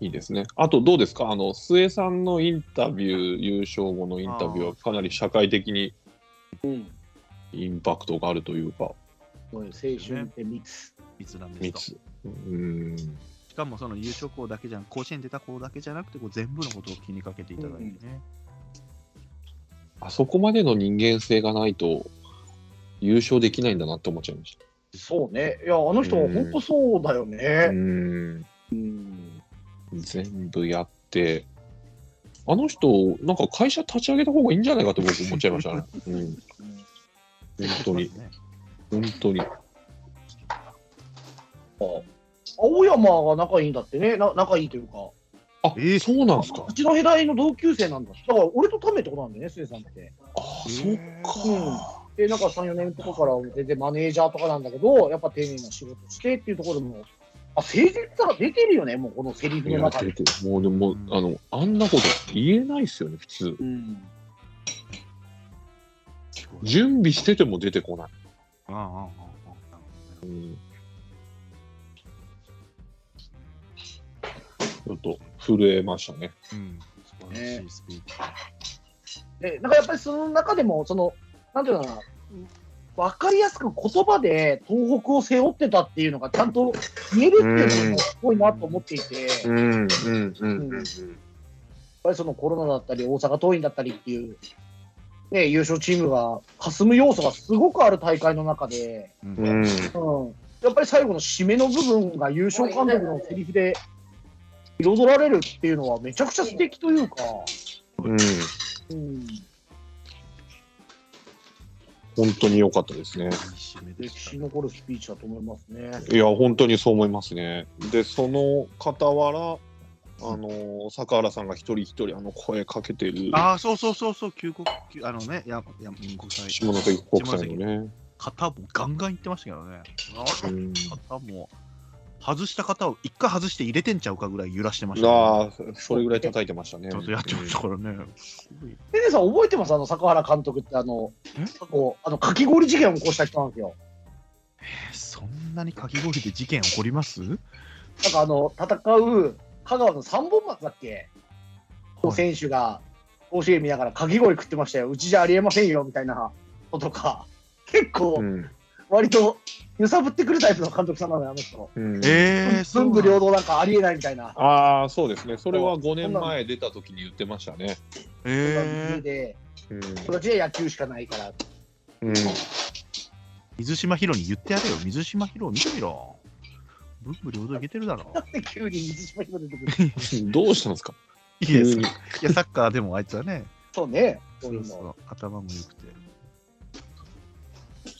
Speaker 2: いいですね。あとどうですかあの、末さんのインタビュー、優勝後のインタビュー
Speaker 1: あ
Speaker 2: はかなり社会的にインパクトがあるというか、
Speaker 3: 青春って密。
Speaker 1: いつなんですか。
Speaker 2: 密。うーん。
Speaker 1: しかもその優勝校だけじゃん、甲子園出た校だけじゃなくて、こう全部のことを気にかけていただいてね。
Speaker 2: あそこまでの人間性がないと優勝できないんだなって思っちゃいまし
Speaker 3: そうね。いや、あの人は本当そうだ
Speaker 2: た。
Speaker 3: よ
Speaker 2: う
Speaker 3: ね。
Speaker 2: ーん。
Speaker 3: うん。
Speaker 2: 全部やって、あの人、なんか会社立ち上げた方がいいんじゃないかと僕思っちゃいましたね。うん。本当に、
Speaker 1: ね
Speaker 2: 本当に。
Speaker 3: 青山が仲いいんだってね。な仲いいというか。
Speaker 2: あ、
Speaker 1: えー
Speaker 2: そうなんですか
Speaker 3: う。ちの世代の同級生なんだ。だから俺とタメってことなんだよね、スエさんって。
Speaker 2: あ、そっか。
Speaker 3: で、なんか3、4年とかから全然マネージャーとかなんだけど、やっぱ丁寧な仕事してっていうところでも、あ、誠実さが出てるよね、もうこのセリフ
Speaker 2: い
Speaker 3: の
Speaker 2: や
Speaker 3: 中
Speaker 2: 出
Speaker 3: で。
Speaker 2: てるもうでも、
Speaker 1: うん
Speaker 2: あのあんなこと言えないですよね普通
Speaker 3: うん。
Speaker 2: 準備してても出てこない、
Speaker 1: ああああああ
Speaker 2: うんちょっと震えましたね
Speaker 1: うん、素晴らしいスピーチ。
Speaker 3: で、なんかやっぱりその中でも、その、なんていうのかな、わかりやすく言葉で東北を背負ってたっていうのがちゃんと見えるっていうのもすごいなと思っていて、やっ
Speaker 2: んうんうん
Speaker 3: うんぱりそのコロナだったり、大阪桐蔭だったりっていう、ね、優勝チームが霞む要素がすごくある大会の中で、
Speaker 1: うん
Speaker 3: うん、やっぱり最後の締めの部分が優勝監督のセリフで彩られるっていうのはめちゃくちゃ素敵というか、
Speaker 2: うん
Speaker 3: うん、
Speaker 2: 本当に良かったですね
Speaker 1: いい締めで
Speaker 3: 歴
Speaker 1: し
Speaker 3: 史に残るスピーチだと思いますね。
Speaker 2: いや本当にそう思いますねでその傍らあの坂原さんが一人一人あの声かけてる
Speaker 1: た。ああ、そうそうそうそう、旧国、旧あのね、や、や、国際。
Speaker 2: 下関国際のね、
Speaker 1: 肩もガンガンいってましたけどね。あ
Speaker 2: うん、
Speaker 1: ら肩も。外した方を一回外して入れてんちゃうかぐらい揺らしてました、ね。
Speaker 2: ああそれぐらい叩いてましたね
Speaker 1: ちょっとやってましたからね。すごい
Speaker 3: テネさん覚えてますあの坂原監督ってあの
Speaker 1: え
Speaker 3: 過去あのかき氷事件を起こした人なんですよ。
Speaker 1: えそんなにかき氷で事件起こります。
Speaker 3: なんかあの戦う香川の三本松だっけ、の選手が甲子園見ながらかき氷食ってましたよ。うちじゃありえませんよみたいなことか結構
Speaker 2: うん
Speaker 3: 割と揺さぶってくるタイプの監督さんなのよあの人。
Speaker 2: うん
Speaker 1: ええそう
Speaker 3: 文武両道なんかありえないみたいな。
Speaker 2: ああ、そうですね。それは5年前出た時に言ってましたね。
Speaker 1: ええ
Speaker 3: で、
Speaker 2: うん。
Speaker 3: それじゃ野球しかないから。
Speaker 2: うん、
Speaker 1: 水島ヒロに言ってやれよ。水島ヒロ見てみろ。文武両道いけてるだろ。
Speaker 3: で、急に水島ひろ出てくる。
Speaker 2: どうしたんですか
Speaker 1: いい
Speaker 2: 急
Speaker 1: です
Speaker 2: に。
Speaker 1: いや、サッカーでもあいつはね、
Speaker 3: そうね。そ
Speaker 1: そう
Speaker 3: いうう
Speaker 1: う
Speaker 3: の
Speaker 1: そう頭も良くて。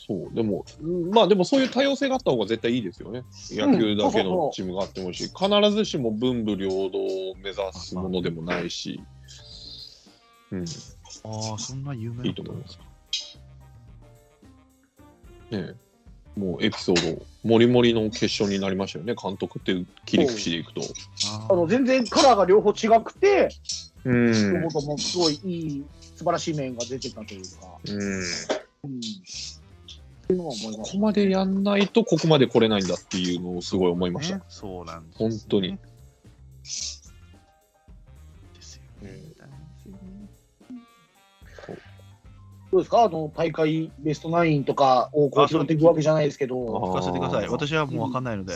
Speaker 2: そう、でも、まあでもそういう多様性があった方が絶対いいですよね。野球だけのチームがあってもいいし、必ずしも文武両道を目指すものでもないし、うん、
Speaker 1: ああ、そんな有名ない
Speaker 2: いと思います。ねえ、もうエピソード、もりもりの決勝になりましたよね、監督っていう切り口でいくと。
Speaker 1: あ
Speaker 3: あの全然カラーが両方違くて、
Speaker 2: うん
Speaker 3: 両方ともすごいいい、素晴らしい面が出てたというか。
Speaker 2: うん
Speaker 3: うん。っていうのは思いま
Speaker 2: こ
Speaker 3: す。
Speaker 2: こまでやんないとここまで来れないんだっていうのをすごい思い
Speaker 1: ー
Speaker 2: ました。
Speaker 1: ねそうなんです、
Speaker 2: 本当に。
Speaker 1: ですよ
Speaker 2: う
Speaker 1: ね
Speaker 2: ん
Speaker 1: 大事ね
Speaker 3: どうですかあの大会ベストナインとかをこう拾っていくわけじゃないですけ
Speaker 2: あ
Speaker 3: ど、
Speaker 1: 聞かせてください。
Speaker 2: あー
Speaker 1: 私はもう分かんないので。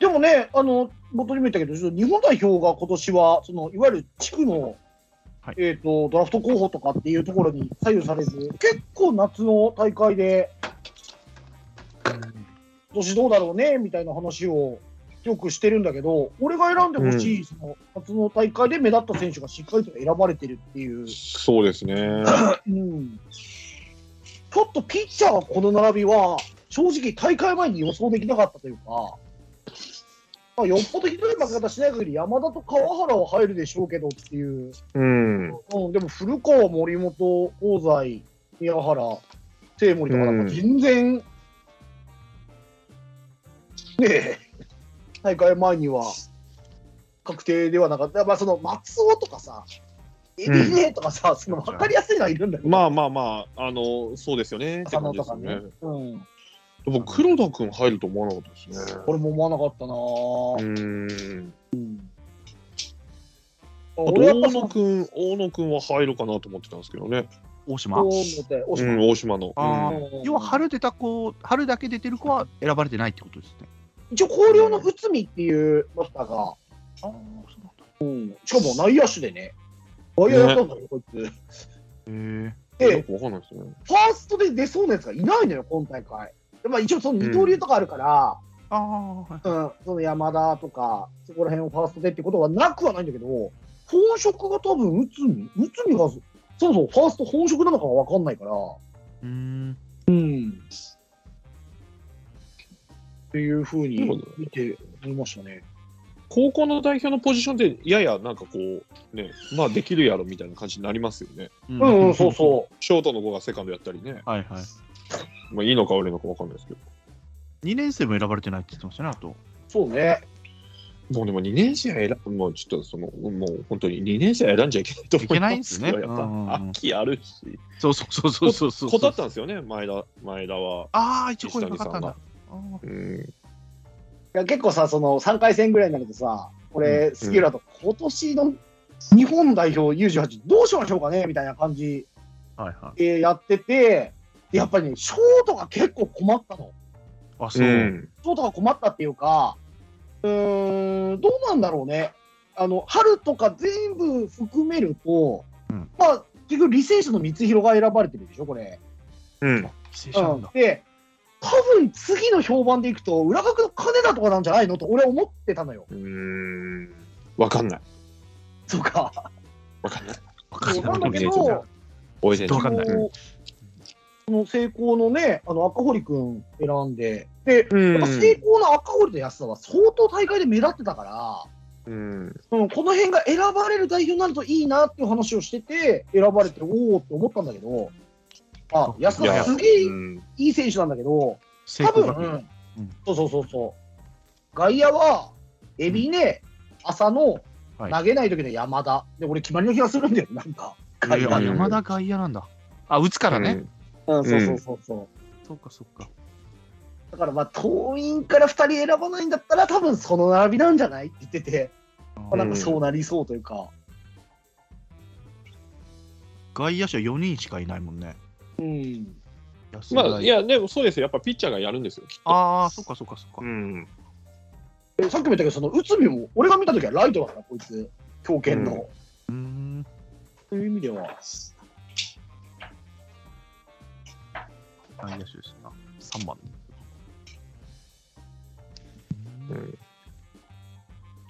Speaker 3: でもね、あの冒頭にも言ったけど、ちょっと日本代表が今年はそのいわゆる地区の、
Speaker 1: はい
Speaker 3: えっ、とドラフト候補とかっていうところに左右されず、結構夏の大会で今年どうだろうねみたいな話をよくしてるんだけど、俺が選んでほしい、その夏の大会で目立った選手がしっかりと選ばれてるっていう。
Speaker 2: そうですね。
Speaker 3: うんちょっとピッチャーはこの並びは、正直、大会前に予想できなかったというか、まあ、よっぽどひどい負け方しない限り、山田と川原は入るでしょうけどっていう、
Speaker 2: うん。
Speaker 3: うん、でも古川、森本、香西、宮原、清盛とかなん
Speaker 2: う
Speaker 3: か、全然、ねえ、大会前には確定ではなかった、まあ、その松尾とかさ、エビネとかさ、その分かりやすいのはいるんだけど。
Speaker 2: まあまあまあ、あの、そうですよね。って
Speaker 3: 浅
Speaker 2: 感
Speaker 3: 野
Speaker 2: じで
Speaker 3: と
Speaker 2: す
Speaker 3: か
Speaker 2: ね。
Speaker 3: ね。うん。
Speaker 2: でも黒田君入ると思わなかったですね。
Speaker 3: 俺も思わなかったなぁ
Speaker 2: う。ーん。あと
Speaker 3: 俺
Speaker 2: 大
Speaker 3: はやっぱそ
Speaker 2: 野
Speaker 3: の
Speaker 2: 君、大野君は入るかなと思ってたんですけどね。
Speaker 1: 大島。
Speaker 3: こう思って、おし
Speaker 2: うん、大島の。
Speaker 1: あ
Speaker 2: うん
Speaker 1: 要は春出た子、春だけ出てる子は選ばれてないってことですね。
Speaker 3: 一応、広陵の内海っていうバッターが、
Speaker 1: ああ、そうなんだ。
Speaker 3: しかも内野手でね、外野やったんだよ、こいつ。
Speaker 1: へ
Speaker 2: よ
Speaker 3: で、
Speaker 2: くわかんないですね。
Speaker 3: ファーストで出そうなやつがいないのよ、今大会。でまあ、一応、その二刀流とかあるから、
Speaker 1: え。ああ、はい。
Speaker 3: うん、その山田とか、そこら辺をファーストでってことはなくはないんだけど、本職が多分内海、内海がそそもそもファースト本職なのかは分かんないから。
Speaker 1: うーん。
Speaker 3: うん。っていうふうに見て思いましたね。
Speaker 2: 高校の代表のポジションでややなんかこう、ね、まあできるやろみたいな感じになりますよね。
Speaker 1: う
Speaker 3: うん、うん、そうそう。
Speaker 2: ショートの子がセカンドやったりね。
Speaker 1: う。はいはい。
Speaker 2: まあいいのか悪いのかわかんないですけど。
Speaker 1: 2年生も選ばれてないって言ってましたね、あと。
Speaker 3: そうね。
Speaker 2: もうでも2年生選ぶ、もうちょっとその、もう本当に2年生選んじゃいけないと思います
Speaker 1: いけないんですね
Speaker 2: やっ
Speaker 1: うんうん
Speaker 2: ぱ
Speaker 1: うん
Speaker 2: 秋あるし。
Speaker 1: そうそうそうそうそうそう。
Speaker 2: 断ったんですよね、前田前田は。
Speaker 1: ああ、一応声かかったんだ。あー
Speaker 2: うん、
Speaker 3: いや結構さ、その3回戦ぐらいになるとさ、これ、
Speaker 2: うん
Speaker 3: スキルだと、今年の日本代表 U18、どうしましょうかねみたいな感じ
Speaker 1: はいはい。
Speaker 3: でやってて、でやっぱりね、ショートが結構困ったの。
Speaker 1: あ、
Speaker 2: う
Speaker 1: そう。
Speaker 2: ん、
Speaker 3: ショートが困ったっていうか、うーん、どうなんだろうね。あの、春とか全部含めると、
Speaker 1: うん
Speaker 3: まあ、結局、履正社の三弘が選ばれてるでしょ、これ。
Speaker 2: うん、
Speaker 1: 失礼しちゃうんだ。
Speaker 3: で、多分次の評判でいくと、浦学の金田とかなんじゃないのと俺は思ってたのよ。
Speaker 2: うん、わかんない、
Speaker 3: そうか。
Speaker 2: わかんない、
Speaker 1: わかん
Speaker 3: なん
Speaker 1: な
Speaker 3: だ
Speaker 1: い
Speaker 3: け
Speaker 2: 全然
Speaker 3: ど、
Speaker 2: おい選手
Speaker 1: わかんない
Speaker 2: うん
Speaker 3: この成功のね、あの赤堀君選んで、で、
Speaker 2: うん
Speaker 3: やっぱ成功の赤堀と安田は相当大会で目立ってたから、
Speaker 2: うん、
Speaker 3: うん、この辺が選ばれる代表になるといいなっていう話をしてて、選ばれて、おおって思ったんだけど、あ安
Speaker 1: い
Speaker 3: 田、
Speaker 1: や
Speaker 3: すげえ
Speaker 2: うん
Speaker 3: いい選手なんだけど、
Speaker 1: 成
Speaker 3: 多
Speaker 1: 功
Speaker 3: 分、
Speaker 1: 学
Speaker 3: う
Speaker 1: 園。
Speaker 3: ん
Speaker 1: うん
Speaker 3: そうそうそうそう、外野は、エビネ、浅野、
Speaker 1: はい
Speaker 3: 投げない時の山田、で俺、決まりの気がするんだよ、なんか、
Speaker 1: え
Speaker 3: 外
Speaker 1: ーあ、
Speaker 3: 野
Speaker 2: うん
Speaker 1: 山田外野なんだ。あ、打つからね。
Speaker 3: うん、そうそうそうそう。
Speaker 1: そうかそうか。
Speaker 3: だからまあ、党員から2人選ばないんだったら、多分その並びなんじゃないって言ってて、まあなんかそうなりそうというか、
Speaker 1: 外野手は4人しかいないもんね。
Speaker 3: うん、
Speaker 1: 安
Speaker 2: ま
Speaker 1: 田
Speaker 2: あ、いや、でもそうですよ、やっぱピッチャーがやるんですよ、きっと。
Speaker 1: ああ、そっかそっかそっか。
Speaker 2: うん、
Speaker 3: でさっきも言ったけど、その内海も、俺が見たときはライトだから、こいつ、強肩の。
Speaker 1: う
Speaker 2: うん
Speaker 1: ーん。
Speaker 3: という意味では、
Speaker 1: 外野手ですな。3番。
Speaker 2: うん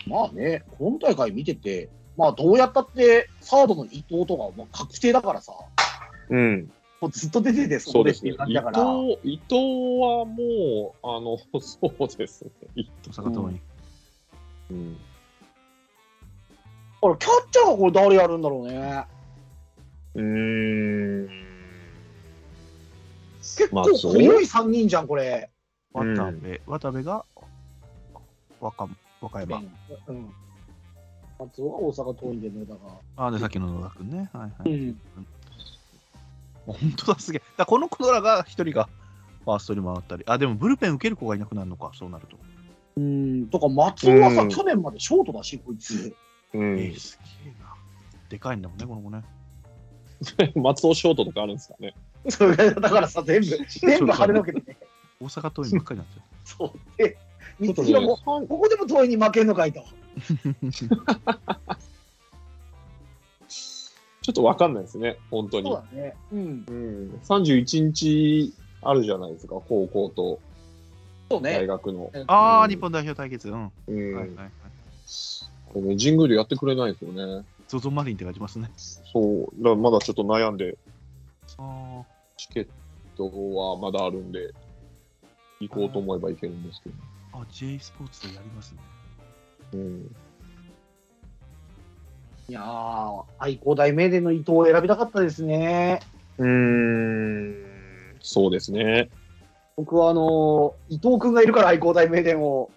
Speaker 3: まあね、今大会見てて、まあどうやったって、サードの伊藤とかはもう確定だからさ、
Speaker 2: うん、
Speaker 3: もうずっと出てて、そ
Speaker 2: そ
Speaker 3: こ
Speaker 2: う
Speaker 3: で
Speaker 2: で
Speaker 3: っ
Speaker 2: す
Speaker 3: てい
Speaker 2: ね
Speaker 3: う感。じ
Speaker 2: 伊
Speaker 3: だから、
Speaker 2: 藤、伊藤はもう、あの、そうですね。い
Speaker 1: 大阪桐蔭。
Speaker 2: うん、
Speaker 3: だからキャッチャーがこれ、誰やるんだろうね。
Speaker 2: うん、
Speaker 3: 結構
Speaker 2: 松尾
Speaker 3: 強い3人じゃん、これ。
Speaker 2: うん
Speaker 1: 渡部、渡部が若若山。
Speaker 3: うん、松尾は大阪桐蔭でね、だから。
Speaker 1: あで、さっきの野田君ね。はいは
Speaker 3: う
Speaker 1: い。
Speaker 3: ん
Speaker 1: 本当だ、すげえ。だからこの子らが一人がファーストに回ったり。あ、でもブルペン受ける子がいなくなるのか、そうなると。
Speaker 3: うん、とか松尾はさ、
Speaker 2: うん
Speaker 3: 去年までショートだし、こいつ。
Speaker 2: う
Speaker 1: え
Speaker 2: ん
Speaker 1: ー、すげえな。でかいんだもんね、この子ね。
Speaker 2: 松尾ショートとかあるんですかね。
Speaker 3: それだからさ、全部、全部晴れのけてね。
Speaker 1: 大阪桐蔭ばっかりなんですよ。
Speaker 3: そう。
Speaker 2: ち
Speaker 3: で、
Speaker 2: ょ
Speaker 3: 三
Speaker 2: っと
Speaker 3: つ
Speaker 2: ね
Speaker 3: も、ここでも遠いに負けんのかいと。
Speaker 2: ちょっとわかんないですね、本当
Speaker 3: そう
Speaker 2: に。
Speaker 3: だね。うん。
Speaker 2: うん、31日あるじゃないですか、高校と
Speaker 3: そう
Speaker 2: 大
Speaker 3: ね。
Speaker 2: 学の。
Speaker 1: あ
Speaker 2: う
Speaker 1: あ、
Speaker 2: ん
Speaker 1: 日本代表対決。うん。は
Speaker 2: うん
Speaker 1: いはいはい。
Speaker 2: これね、神宮でやってくれないですよね。
Speaker 1: ゾゾマリンって感じますね。
Speaker 2: そう、だからまだちょっと悩んで、
Speaker 1: あ
Speaker 2: チケットはまだあるんで、行こうと思えば行けるんですけど。
Speaker 1: ーあ、J スポーツでやりますね。
Speaker 2: うん、
Speaker 3: いやー、愛工大名電の伊藤を選びたかったですね。
Speaker 2: うんそうですね。
Speaker 3: 僕はあのー伊藤君がいるから愛工大名電を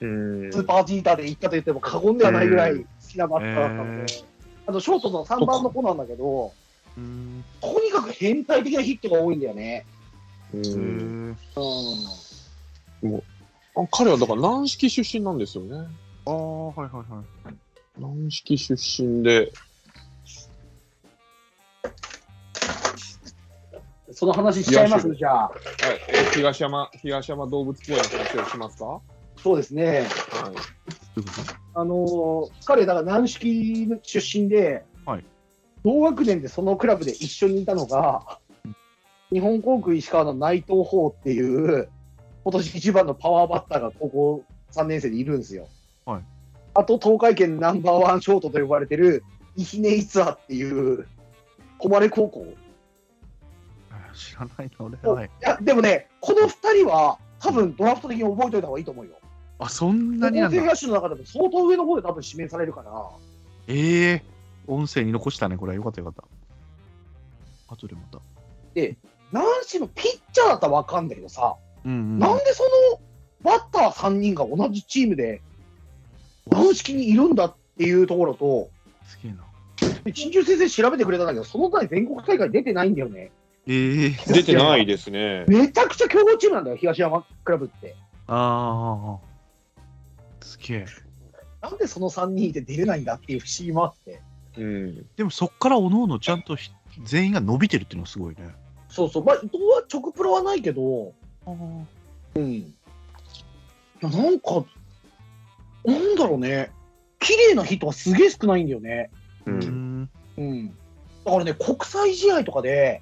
Speaker 2: うん
Speaker 3: スーパージーターで行ったと言っても過言ではないぐらい好きなバッターだった
Speaker 1: うん
Speaker 3: んで、あとショートの3番の子なんだけど、
Speaker 1: うーん。
Speaker 3: とにかく変態的なヒットが多いんだよね。
Speaker 2: うん
Speaker 1: へえ。
Speaker 3: うん。
Speaker 2: あ彼はだから軟式出身なんですよね。
Speaker 1: ああ、はいはいはい。
Speaker 2: 軟式出身で、
Speaker 3: その話しちゃいます
Speaker 2: いや
Speaker 3: じゃあ。
Speaker 2: はい、東山東山動物公園の話をしますか。は
Speaker 3: そうですね。
Speaker 1: どう
Speaker 2: い
Speaker 1: いうこと
Speaker 3: あのー彼、だから軟式出身で、
Speaker 1: はい
Speaker 3: 同学年でそのクラブで一緒にいたのが、日本航空石川の内藤鵬っていう、今年一番のパワーバッターが高校3年生でいるんですよ。
Speaker 1: はい
Speaker 3: あと、東海圏ナンバーワンショートと呼ばれてる、イヒネイツアっていう、誉れ高校。
Speaker 1: あー知らないな、俺。
Speaker 3: お
Speaker 1: はい。
Speaker 3: いや、でもね、この2人は、多分ドラフト的に覚えておいた方がいいと思うよ。
Speaker 1: あ、そんな
Speaker 3: 高
Speaker 1: になん
Speaker 3: 校生
Speaker 1: だ。
Speaker 3: 野手の中でも相当上の方で多分指名されるから。
Speaker 1: ええ音声に残したね、これは。よかったよかった。後でまた。
Speaker 3: 男子のピッチャーだったらわかんだけどさ、
Speaker 1: うん、うん。
Speaker 3: なんでそのバッター3人が同じチームで軟式にいるんだっていうところと、
Speaker 1: すげえな。
Speaker 3: 陳中先生調べてくれたんだけど、その前全国大会出てないんだよね。
Speaker 1: ええ
Speaker 2: 出てないですね。
Speaker 3: めちゃくちゃ強豪チームなんだよ、東山クラブって。
Speaker 1: ああ。すげえ。
Speaker 3: なんでその3人いて出れないんだっていう不思議もあって。
Speaker 2: うん。
Speaker 1: でもそっからおのおのちゃんとひ全員が伸びてるっていうのはすごいね。
Speaker 3: そうそう、まあ伊藤は直プロはないけど、うん。いや、なんか、なんだろうね。綺麗な人はすげえ少ないんだよね。
Speaker 2: う。
Speaker 1: うんん。
Speaker 3: うん、だからね、国際試合とかで、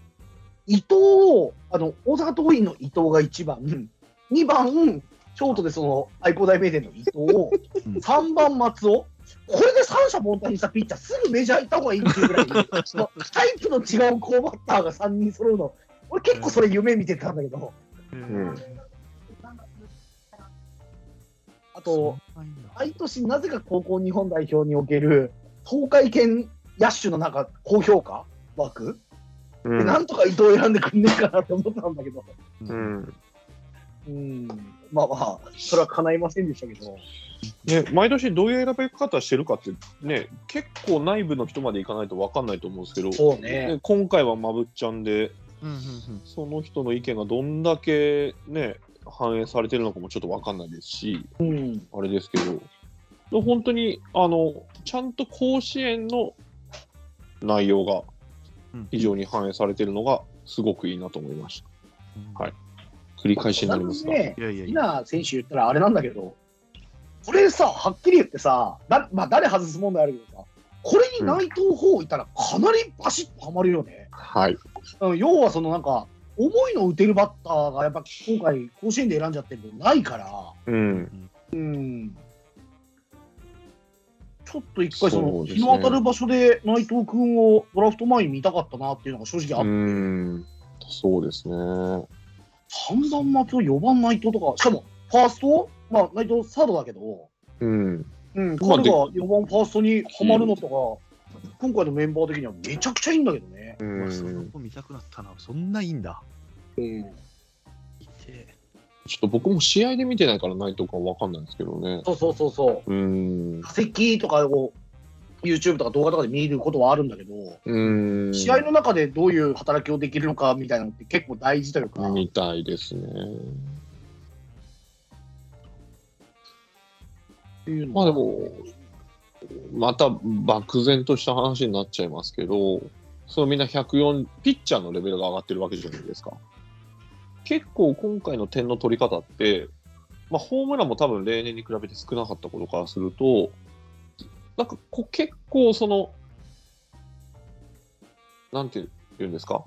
Speaker 3: 伊藤をあの、大阪桐蔭の伊藤が1番、2番、ショートでその愛工大名電の伊藤を、
Speaker 1: うん
Speaker 3: 3番、松尾、これで三者凡退にしたピッチャー、すぐメジャー行った方がいいっていうぐらい、そのタイプの違う好バッターが3人揃うの、俺、結構それ、夢見てたんだけど、
Speaker 2: ん
Speaker 3: あと、毎年なぜか高校日本代表における、東海圏野手のなんか高評価枠
Speaker 2: う
Speaker 3: でなんとか伊藤選んでくんねえかなと思ったんだけど、
Speaker 2: ん。
Speaker 3: うん、まあまあ、それは叶いませんでしたけど、
Speaker 2: ね、毎年どういう選び方してるかって、ね、結構内部の人までいかないと分かんないと思うんですけど、
Speaker 3: そうね、
Speaker 2: 今回はまぶっちゃんで、
Speaker 1: うんうんうん
Speaker 2: その人の意見がどんだけね、反映されてるのかもちょっと分かんないですし、
Speaker 3: うん、
Speaker 2: あれですけど、本当に、あの、ちゃんと甲子園の内容が
Speaker 1: うん
Speaker 2: 非常に反映されてるのが、すごくいいなと思いました。
Speaker 1: うん
Speaker 2: はい繰り返しになりますが。
Speaker 3: ね
Speaker 1: い、やいやいや。
Speaker 3: 今、選手言ったらあれなんだけど、これさ、はっきり言ってさ、だまあ、誰外す問題あるけどさ、これに内藤法いたら、かなりバシッとはまるよね。
Speaker 2: はい。
Speaker 3: うん、要は、そのなんか、思いの打てるバッターが、やっぱ今回、甲子園で選んじゃってるのないから、
Speaker 2: うん。
Speaker 3: うん、ちょっと一回そ
Speaker 2: そ
Speaker 3: の
Speaker 2: うです
Speaker 3: 日
Speaker 2: ね
Speaker 3: の当たる場所で内藤君をドラフト前に見たかったなっていうのが正直あ
Speaker 2: う
Speaker 3: っ
Speaker 2: ん。そうですね。
Speaker 3: た、3番松尾、4番内藤とか、しかもファースト、まあ、内藤サードだけど、
Speaker 2: うん。
Speaker 3: うん、彼
Speaker 2: まあ
Speaker 3: が4番ファーストにはまるのとか、今回のメンバー的にはめちゃくちゃいいんだけどね。
Speaker 2: う
Speaker 1: うわその
Speaker 2: ん
Speaker 1: 子見たくなったな。そんないいんだ。
Speaker 3: うん、
Speaker 2: ちょっと僕も試合で見てないからないとかわかんないんですけどね。
Speaker 3: そうそうそうそう、
Speaker 2: うん。
Speaker 3: 化石とかを YouTube とか動画とかで見ることはあるんだけど、
Speaker 2: うん。
Speaker 3: 試合の中でどういう働きをできるのかみたいなのって結構大事というか。
Speaker 2: みたいですね。
Speaker 3: っていうの
Speaker 2: ま
Speaker 3: は
Speaker 2: あでも、また漠然とした話になっちゃいますけど、そうみんな104、ピッチャーのレベルが上がってるわけじゃないですか。結構今回の点の取り方って、まあ、ホームランも多分例年に比べて少なかったことからすると、なんかこう結構その、なんて言うんですか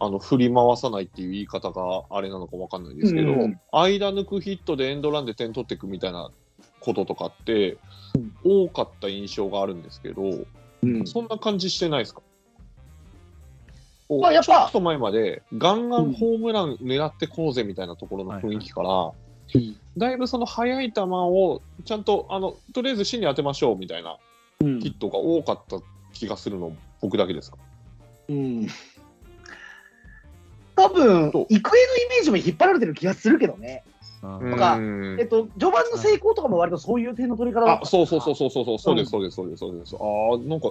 Speaker 2: あの振り回さないっていう言い方があれなのかわかんないですけど、
Speaker 3: うん
Speaker 2: 間抜くヒットでエンドランで点取っていくみたいなこととかって、多かった印象があるんですけど、
Speaker 3: うん
Speaker 2: そんな感じしてないですかこう
Speaker 3: まあやっ
Speaker 2: ちょ
Speaker 3: ぱ
Speaker 2: っと前までガンガンホームラン狙ってこうぜみたいなところの雰囲気から、
Speaker 3: うん
Speaker 2: だいぶその速い球をちゃんとあのとりあえず芯に当てましょうみたいな
Speaker 3: うん
Speaker 2: ヒットが多かった気がするの僕だけですか
Speaker 3: うん多分
Speaker 2: そう
Speaker 3: 育英のイメージも引っ張られてる気がするけどね、
Speaker 1: うん
Speaker 3: んか
Speaker 2: うん
Speaker 3: えっと、序盤の成功とかも割とそういう点の取り方だっ
Speaker 2: あ
Speaker 3: た
Speaker 2: そうそうそうそうそうそうそうですそうですそうですそうですああなんか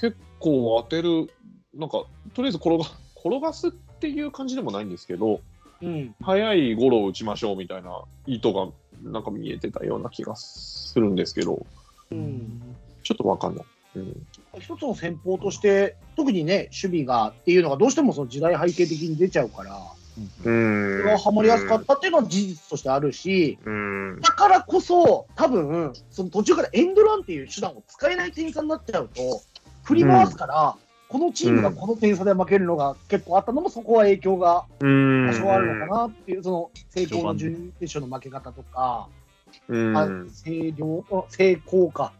Speaker 2: 結構当てるなんかとりあえず転が 転がすっていう感じでもないんですけど
Speaker 3: うん
Speaker 2: 速いゴロを打ちましょうみたいな意図がなんか見えてたような気がするんですけど
Speaker 3: うん
Speaker 2: ちょっとわかんない、うん、
Speaker 3: 一つの戦法として、特にね、守備がっていうのがどうしてもその時代背景的に出ちゃうから、それはハマりやすかったっていうのは事実としてあるし、
Speaker 2: うん
Speaker 3: だからこそ、多分その途中からエンドランっていう手段を使えない点差になっちゃうと、振り回すから、このチームがこの点差で負けるのが結構あったのも、そこは影響が
Speaker 2: うん
Speaker 3: 多少あるのかなっていう、その成功の準決勝の負け方とか、
Speaker 2: うん
Speaker 3: あ星稜あ成功か。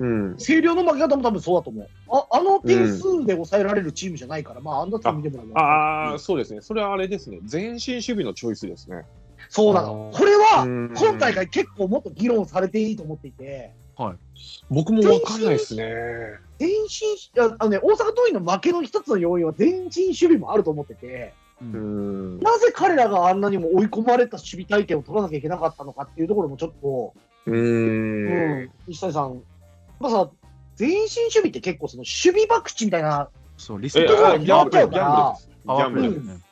Speaker 2: うん
Speaker 3: 星稜の負け方も多分そうだと思う。ああの点数で抑えられるチームじゃないから、まあ、あんな点見てもらえば
Speaker 2: ああ、そうですね。それはあれですね。前進守備のチョイスですね。
Speaker 3: そうなの。これ
Speaker 2: う
Speaker 3: は、
Speaker 2: ん
Speaker 3: 今大会結構もっと議論されていいと思っていて、
Speaker 2: 僕もわかんないですね。
Speaker 3: 前進し、ああのね、大阪桐蔭の負けの一つの要因は前進守備もあると思ってて、
Speaker 2: うん。
Speaker 3: なぜ彼らがあんなにも追い込まれた守備体験を取らなきゃいけなかったのかっていうところもちょっと、
Speaker 2: うん。
Speaker 3: うん、西谷さん、まあさ、前進守備って結構その守備博打みたいな、
Speaker 1: そう、リス
Speaker 2: え
Speaker 1: ク
Speaker 3: ところ
Speaker 1: が
Speaker 3: が
Speaker 2: あギャンブル、
Speaker 3: 回っ
Speaker 2: ギ
Speaker 3: ちゃう
Speaker 2: ャ
Speaker 3: か
Speaker 2: ンブルです。ギャンブル
Speaker 3: う
Speaker 2: で
Speaker 3: ん
Speaker 2: す。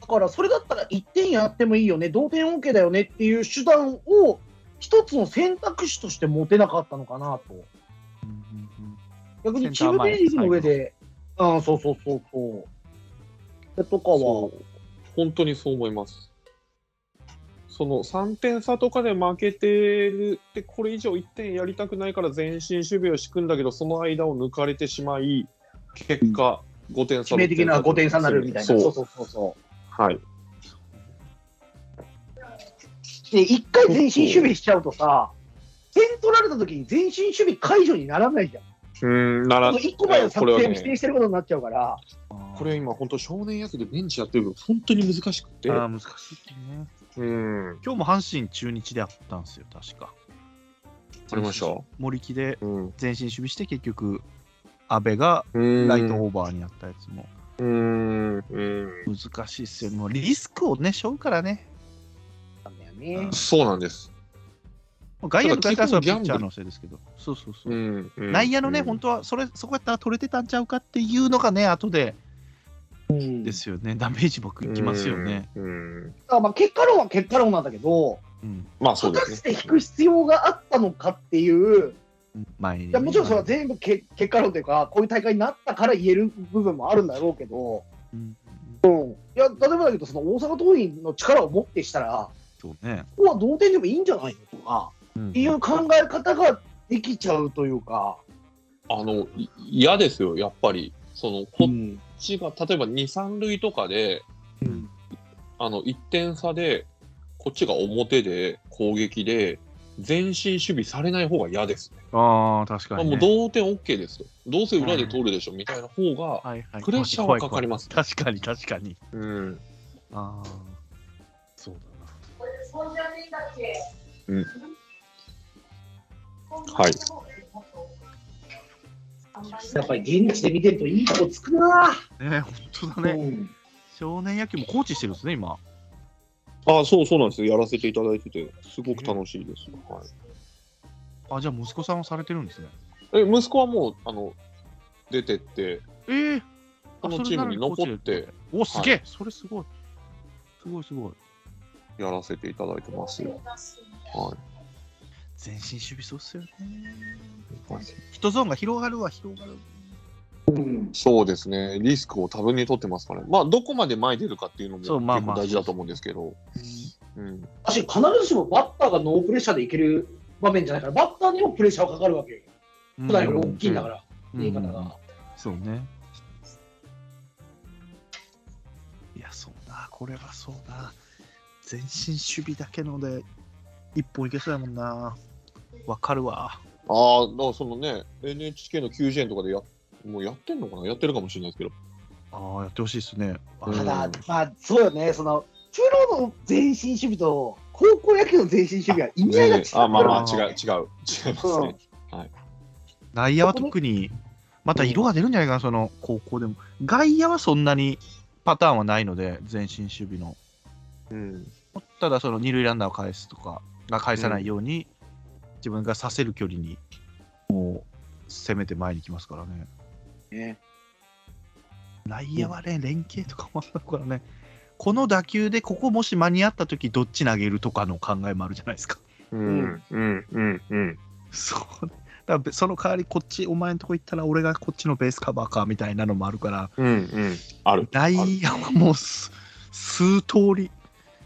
Speaker 3: だからそれだったら1点やってもいいよね、同点 OK だよねっていう手段を一つの選択肢として持てなかったのかなと。逆にチームビルディングの上で、うん、そうそうそうそう。それとかは
Speaker 2: そ、う本当にそう思います。その3点差とかで負けてるって、これ以上1点やりたくないから前進守備を敷くんだけど、その間を抜かれてしまい、結果、5点差
Speaker 3: 致命的な5点差になるみたいな。
Speaker 2: そ
Speaker 3: そううそうそうそ
Speaker 2: はい。
Speaker 3: う。で、一回前進守備しちゃうとさ、点取られた時に前進守備解除にならないじゃん。
Speaker 2: うん、なら、
Speaker 3: 1個前の
Speaker 2: これ
Speaker 3: 作
Speaker 2: はね
Speaker 3: 戦を否定してることになっちゃうから、
Speaker 2: これ今、本当、少年野球でベンチやってる分、本当に難しくて。
Speaker 1: ああ、難しいね。
Speaker 2: うん。
Speaker 1: 今日も阪神中日であったんですよ、確か。
Speaker 2: ありました
Speaker 1: 森木で
Speaker 2: うん。
Speaker 1: 前進守備して、結局、阿部がライトオーバーになったやつも。
Speaker 2: うん。うん。
Speaker 1: 難しいっすよね。もうリスクをね、背負うからね。
Speaker 3: なんだよね。
Speaker 2: そうなんです。
Speaker 1: もう外野の外からそれは
Speaker 2: だ
Speaker 1: ピッ
Speaker 2: から基本ギ
Speaker 1: チ
Speaker 2: ャ
Speaker 1: ャ
Speaker 2: ンブル
Speaker 1: ーのせいですけど。そうそうそう。
Speaker 2: ん。
Speaker 1: 内野のね、
Speaker 2: ん
Speaker 1: 本当はそれそこやったら取れてたんちゃうかっていうのがね、後で
Speaker 3: うん、
Speaker 1: ですよね、ダメージ僕いきますよね。。
Speaker 2: うん。
Speaker 3: だからまあ結果論は結果論なんだけど、
Speaker 1: うん、
Speaker 2: まあ、そ
Speaker 3: 果
Speaker 2: うで
Speaker 3: た
Speaker 2: すね
Speaker 3: し。て引く必要があったのかっていう、
Speaker 1: 前にね、
Speaker 3: いやもちろんそれは全部け結果論というか、こういう大会になったから言える部分もあるんだろうけど、
Speaker 1: うん
Speaker 3: いや例えばだけど、その大阪桐蔭の力をもってしたら、
Speaker 1: そうね。
Speaker 3: ここは同点でもいいんじゃないのとか、
Speaker 1: うん
Speaker 3: っていう考え方ができちゃうというか、
Speaker 2: あの、い嫌ですよ、やっぱり。その、こっちが、例えば2、3塁とかで、
Speaker 1: うん
Speaker 2: あの、1点差で、こっちが表で、攻撃で、前進守備されない方が嫌ですね。
Speaker 1: ああ、確か
Speaker 2: まあ
Speaker 1: に、
Speaker 2: も
Speaker 1: ね。
Speaker 2: う同点 OK ですよ。どうせ裏で通るでしょ、みたいな方が、
Speaker 1: はいはい、
Speaker 2: プレッシャーはかかります
Speaker 1: 怖い怖い確かに、確かに。
Speaker 2: うん。
Speaker 1: ああ、そうだな。
Speaker 2: うんはい。
Speaker 3: やっぱり現地で見てるといいとこつくな、
Speaker 1: ね、本当だね。
Speaker 3: うん
Speaker 1: 少年野球もコーチしてるんですね、今。
Speaker 2: ああ、そうそうなんですよ。やらせていただいてて、すごく楽しいです。はい。
Speaker 1: あ、じゃあ息子さんはされてるんですね。
Speaker 2: え息子はもうあの出てって
Speaker 1: ええー。
Speaker 2: このチームに残って
Speaker 1: お、すげえ、それすごい。すごいすごい。
Speaker 2: やらせていただいてますよ。は
Speaker 1: 全身守備そうっすよね。
Speaker 2: い、
Speaker 1: ヒットゾーンが広がるは広がる。
Speaker 3: うん
Speaker 2: そうですね、リスクを多分に取ってますからね、まあ、どこまで前出るかっていうのも結
Speaker 1: そうまあま
Speaker 2: 構
Speaker 1: あ
Speaker 2: 大事だと思うんですけど、うん
Speaker 3: 私、必ずしもバッターがノープレッシャーでいける場面じゃないから、バッターにもプレッシャーがかかるわけよ。
Speaker 1: うん
Speaker 3: 普段より大きいんだから、
Speaker 1: うん
Speaker 3: 言い方が。
Speaker 1: そうね。いや、そうだ、これはそうだ。全身守備だけので、一本いけそうやもんな。わかるわ。
Speaker 2: ああ、だからそのね、NHK の 9G 円とかでやもうやってんのかな、やってるかもしれないですけど、
Speaker 1: ああ、やってほしいですね。あ
Speaker 2: うん
Speaker 3: ただ、まあ、そうよね、その、プロの全身守備と、高校野球の全身守備は意味合いが違う
Speaker 2: ね、あまあま
Speaker 1: あ
Speaker 2: あ、違う、
Speaker 1: ー
Speaker 2: 違う、違いますね。
Speaker 1: 内野は特に、また色が出るんじゃないかな、その高校でも。外野はそんなにパターンはないので、全身守備の。
Speaker 2: うん
Speaker 1: ただ、その二塁ランナーを返すとか、が返さないように、自分がさせる距離に、もう攻めて前に来ますからね。
Speaker 3: ね。
Speaker 1: 内野はね、連携とかもあるからね、この打球でここもし間に合った時どっち投げるとかの考えもあるじゃないですか。
Speaker 2: うんうんうんうん
Speaker 1: そうねだからその代わり、こっち、お前のとこ行ったら俺がこっちのベースカバーかみたいなのもあるから、
Speaker 2: うんうんある
Speaker 1: 内野はもうす数通り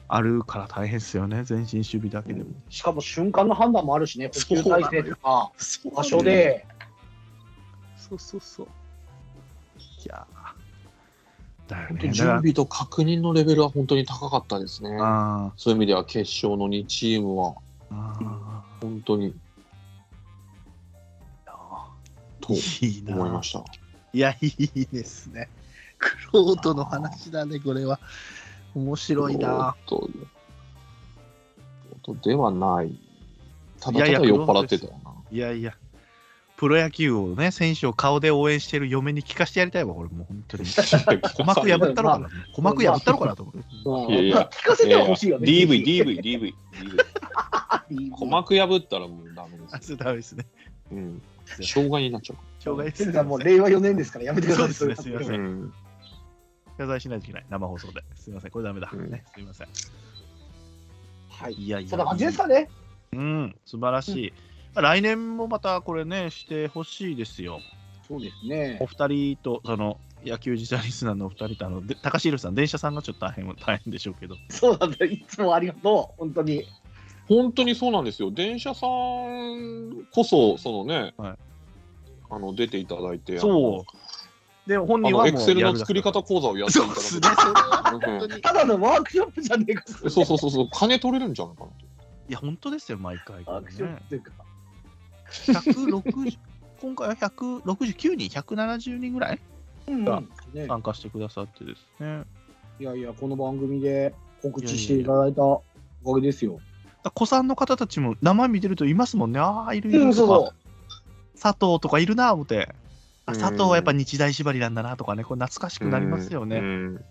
Speaker 1: あるから大変ですよね、全身守備だけでも。
Speaker 3: しかも瞬間の判断もあるしね、補給体制とか、
Speaker 1: そう
Speaker 3: 場所で。
Speaker 1: そうそうそう。いやーだよ
Speaker 2: 本
Speaker 1: ね
Speaker 2: 当。準
Speaker 1: だから
Speaker 2: 備と確認のレベルは本当に高かったですね。
Speaker 1: あ
Speaker 2: そういう意味では決勝の2チームは
Speaker 1: ーあ
Speaker 2: 本当にと
Speaker 1: ー、いいな。
Speaker 2: 思いました。
Speaker 1: いや、いいですね。クロートの話だね、これは。面白いな。
Speaker 2: ととではない。ただ
Speaker 1: いや
Speaker 2: た
Speaker 1: いや
Speaker 2: だ酔っ払ってたよな。
Speaker 1: いやいや、プロ野球をね、選手を顔で応援してる嫁に聞かしてやりたいわ、俺もう本当に。 鼓膜破ったのかな、鼓膜破ったのかなと思って。
Speaker 2: いやいや
Speaker 3: 聞かせては欲しいよ ね。
Speaker 2: いやいや DV、DV、DV。
Speaker 3: DV
Speaker 2: 鼓膜破ったらもうダメで
Speaker 1: あ、
Speaker 2: す。
Speaker 1: そうダメですね。
Speaker 2: うん。障害になっちゃう。
Speaker 1: 障害で
Speaker 3: です
Speaker 1: す
Speaker 3: がもう令和4年ですからやめてください。
Speaker 1: そうですねすいません
Speaker 2: うん。
Speaker 1: 謝罪しないといけない、生放送で。すみません、これダメだ。
Speaker 2: うん
Speaker 1: ね、すみません。
Speaker 3: はい。
Speaker 1: いやいや。
Speaker 3: そんな感じですかね。
Speaker 1: うん、素晴らしい。来年もまたこれね、してほしいですよ。
Speaker 3: そうですね
Speaker 1: お。二人と、その、野球実際リスナーのお二人と、あの、で高橋宏さん、電車さんがちょっと大変、大変でしょうけど。
Speaker 3: そうなんだ。いつもありがとう。本当に。
Speaker 2: 本当にそうなんですよ。電車さんこそ、そのね、
Speaker 1: はい
Speaker 2: あの出ていただいて、
Speaker 1: そう。で、本
Speaker 2: あ
Speaker 1: 人はも
Speaker 2: の
Speaker 1: う
Speaker 2: エクセル
Speaker 1: や
Speaker 2: の
Speaker 1: るだ
Speaker 2: 作
Speaker 1: け
Speaker 2: り方講座をやってい
Speaker 1: そう
Speaker 2: た
Speaker 1: ですね。
Speaker 2: だ
Speaker 1: それは
Speaker 2: うん
Speaker 1: 本当に。い
Speaker 3: ただのワークショップじゃねえか。
Speaker 2: けて、そうそうそうそう、金取れるんじゃないかなと。
Speaker 1: や、本当ですよ、毎回、
Speaker 3: ワークショッ
Speaker 1: ね
Speaker 3: プ。というか。
Speaker 1: 160今回は169人、170人ぐらい
Speaker 3: うんうん。ね
Speaker 1: 参加してくださってですね。
Speaker 3: いやいや、この番組で告知していただいたおかげですよ。
Speaker 1: だ子さんの方たちも生見てるといますもんね。ああ、いるいる
Speaker 3: うん、そ
Speaker 1: と
Speaker 3: う
Speaker 1: か、
Speaker 3: そ
Speaker 1: 佐藤とかいるな、思って。あ
Speaker 2: うん
Speaker 1: 佐藤はやっぱ日大縛りなんだなとかね、これ懐かしくなりますよ
Speaker 2: う
Speaker 1: ね。
Speaker 2: ん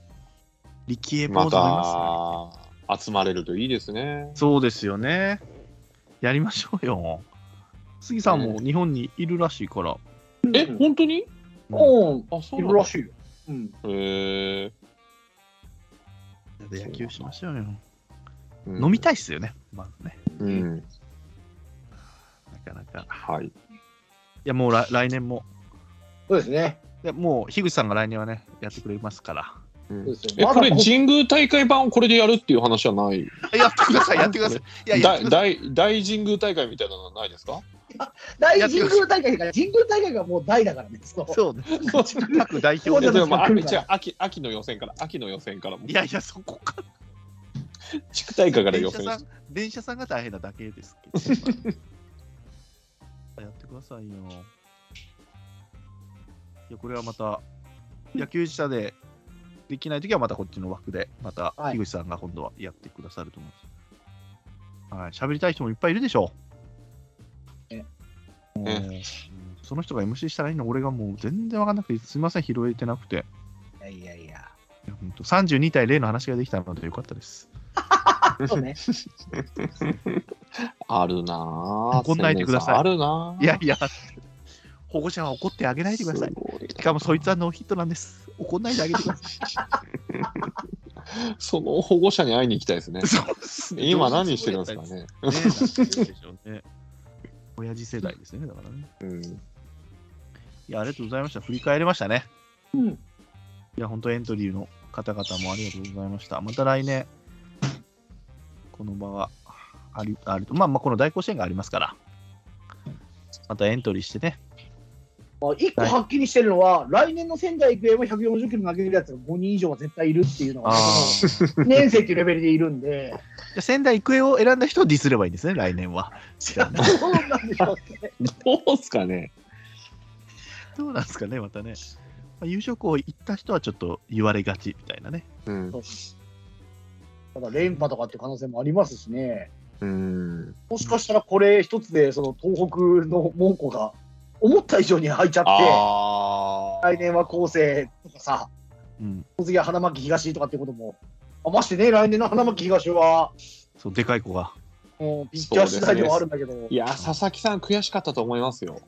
Speaker 1: 力恵ポー
Speaker 2: ま
Speaker 1: ズもいますね。
Speaker 2: た集まれるといいですね。
Speaker 1: そうですよね。やりましょうよ。杉さんも日本にいるらしいから。
Speaker 3: う。
Speaker 2: え、
Speaker 3: うん、
Speaker 2: 本当に
Speaker 3: うん、
Speaker 2: あ、そ
Speaker 3: い
Speaker 2: なん
Speaker 3: うる
Speaker 2: だ
Speaker 3: らしいよ。うん。
Speaker 2: へえ
Speaker 1: 野球しましょうよ。
Speaker 2: うん
Speaker 1: 飲みたいっすよね、まずね。
Speaker 2: うん。
Speaker 1: なかなか。
Speaker 2: はい。
Speaker 1: いや、もう 来来年も。
Speaker 3: そうですね。
Speaker 1: いやもう、樋口さんが来年はね、やってくれますから。
Speaker 2: うん
Speaker 3: そうです
Speaker 2: え、
Speaker 3: よ。ま
Speaker 2: こ
Speaker 3: だ
Speaker 2: れ、神宮大会版をこれでやるっていう話はない。
Speaker 1: やってください、やってください。い や、やっ
Speaker 2: 大
Speaker 1: てください。
Speaker 2: 大大神宮大会みたいなのはないですか
Speaker 3: 大神宮大会から、神宮大会がもう大だからね。そう。
Speaker 1: そうね。各代
Speaker 3: そう
Speaker 1: 表
Speaker 2: いや
Speaker 1: で。
Speaker 2: ですも、まあ、
Speaker 3: 来る
Speaker 2: じ
Speaker 3: から
Speaker 2: ゃあ秋、秋の予選から、秋の予選からも、
Speaker 1: いやいや、そこか。
Speaker 2: 地区大会から予
Speaker 1: 電車さ
Speaker 2: 選し
Speaker 1: ん、電車さんが大変なだけですけど。やってくださいよ。いや、これはまた、野球自社でできないときは、またこっちの枠で、また、
Speaker 3: はい
Speaker 1: 樋口さんが今度はやってくださると思います。はい、喋りたい人もいっぱいいるでしょう。
Speaker 3: え
Speaker 1: もう
Speaker 2: え
Speaker 1: うんその人が MC したらいいの俺がもう全然わかんなくてすみません拾えてなくて
Speaker 3: いやいやいや。
Speaker 1: いや本当32対0の話ができたのでよかったです
Speaker 3: そうね。
Speaker 2: あるなぁ。
Speaker 1: 怒んないでください
Speaker 2: あるなぁ。
Speaker 1: いやいや保護者は怒ってあげないでください
Speaker 2: すごい
Speaker 1: しかもそいつはノーヒットなんです。怒んないであげてください。
Speaker 2: その保護者に会いに行きたいです ね。
Speaker 1: そうですね
Speaker 2: 今何してるんですか。ね。
Speaker 1: どうしてそうやったりするんでしょうね 親父世代ですよね、だからね。
Speaker 2: うん
Speaker 1: いや、ありがとうございました。振り返りましたね。
Speaker 3: うん
Speaker 1: いや、本当エントリーの方々もありがとうございました。また来年、この場はあり、ありと、まあまあ、この大甲子園がありますから、またエントリーしてね、
Speaker 3: まあ、一個はっきりしてるのは、来年の仙台育英も140キロ投げるやつが5人以上は絶対いるっていうのが、 年生っていうレベルでいるんで、
Speaker 1: で仙台育英を選んだ人をディスればいいんですね、来年は。
Speaker 3: どうなんでしょうね。
Speaker 2: どうすかね
Speaker 1: どうなんですかね、またね。まあ優勝校行った人はちょっと言われがちみたいなね。
Speaker 2: うん
Speaker 3: ただ連覇とかって可能性もありますしね、
Speaker 2: うん
Speaker 3: もしかしたらこれ一つで、その東北の門戸が思った以上に入っちゃって、
Speaker 2: ああ
Speaker 3: 来年は高生とかさ、
Speaker 1: うん。
Speaker 3: その次は花巻東とかってことも、あましてね、来年の花巻東は、
Speaker 1: そう、でかい子が。
Speaker 3: うんピッチャー次第ではあるんだけど、
Speaker 2: いや佐々木さん悔しかったと思いますよ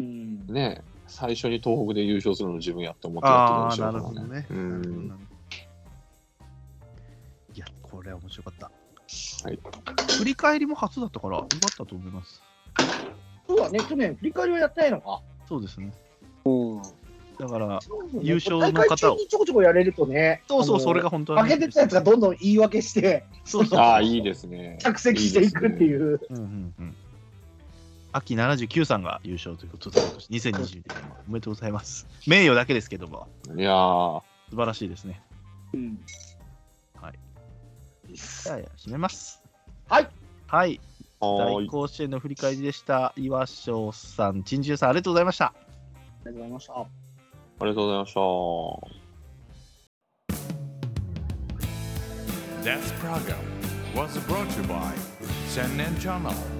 Speaker 3: うん
Speaker 2: ね最初に東北で優勝するの自分やって思ってや
Speaker 1: あ
Speaker 2: っ
Speaker 1: あ、
Speaker 2: てた
Speaker 1: なん
Speaker 2: で
Speaker 1: る
Speaker 2: しょ
Speaker 1: ほ
Speaker 2: うか
Speaker 1: ど
Speaker 2: らね
Speaker 1: ね。
Speaker 2: う
Speaker 1: なるほど
Speaker 2: ん
Speaker 1: なるほどいや、これは面白かった。
Speaker 2: はい
Speaker 1: 振り返りも初だったから、よかったと思います。
Speaker 3: そうだね、去年、振り返りはやってないのか。
Speaker 1: そうですね。
Speaker 3: うん
Speaker 1: だから、優
Speaker 3: 優
Speaker 1: 勝
Speaker 3: 勝
Speaker 1: の方を
Speaker 3: の大会中にちょこちょこやれるとね、
Speaker 1: そうそう、
Speaker 3: あの
Speaker 1: それが本当
Speaker 3: 負けてたやつがどんどん言い訳して、
Speaker 1: そうそう。
Speaker 2: ああいいですね
Speaker 3: 着席していくって
Speaker 2: う
Speaker 3: いう、
Speaker 1: うんうんうん。秋79さんが優勝という ことで、今年2022年もおめでとうございます。名誉だけですけども、
Speaker 2: いやー
Speaker 1: 素晴らしいですね。はい。じゃあ、締めます。
Speaker 3: はい。
Speaker 1: はい。
Speaker 2: は
Speaker 1: 大
Speaker 2: い
Speaker 1: 甲子園の振り返りでした。岩翔さん、陳重さん、ありがとうございました。
Speaker 3: ありがとうございました。
Speaker 2: ありがとうございました。
Speaker 4: That's Praga was brought to you by Sennen Channel.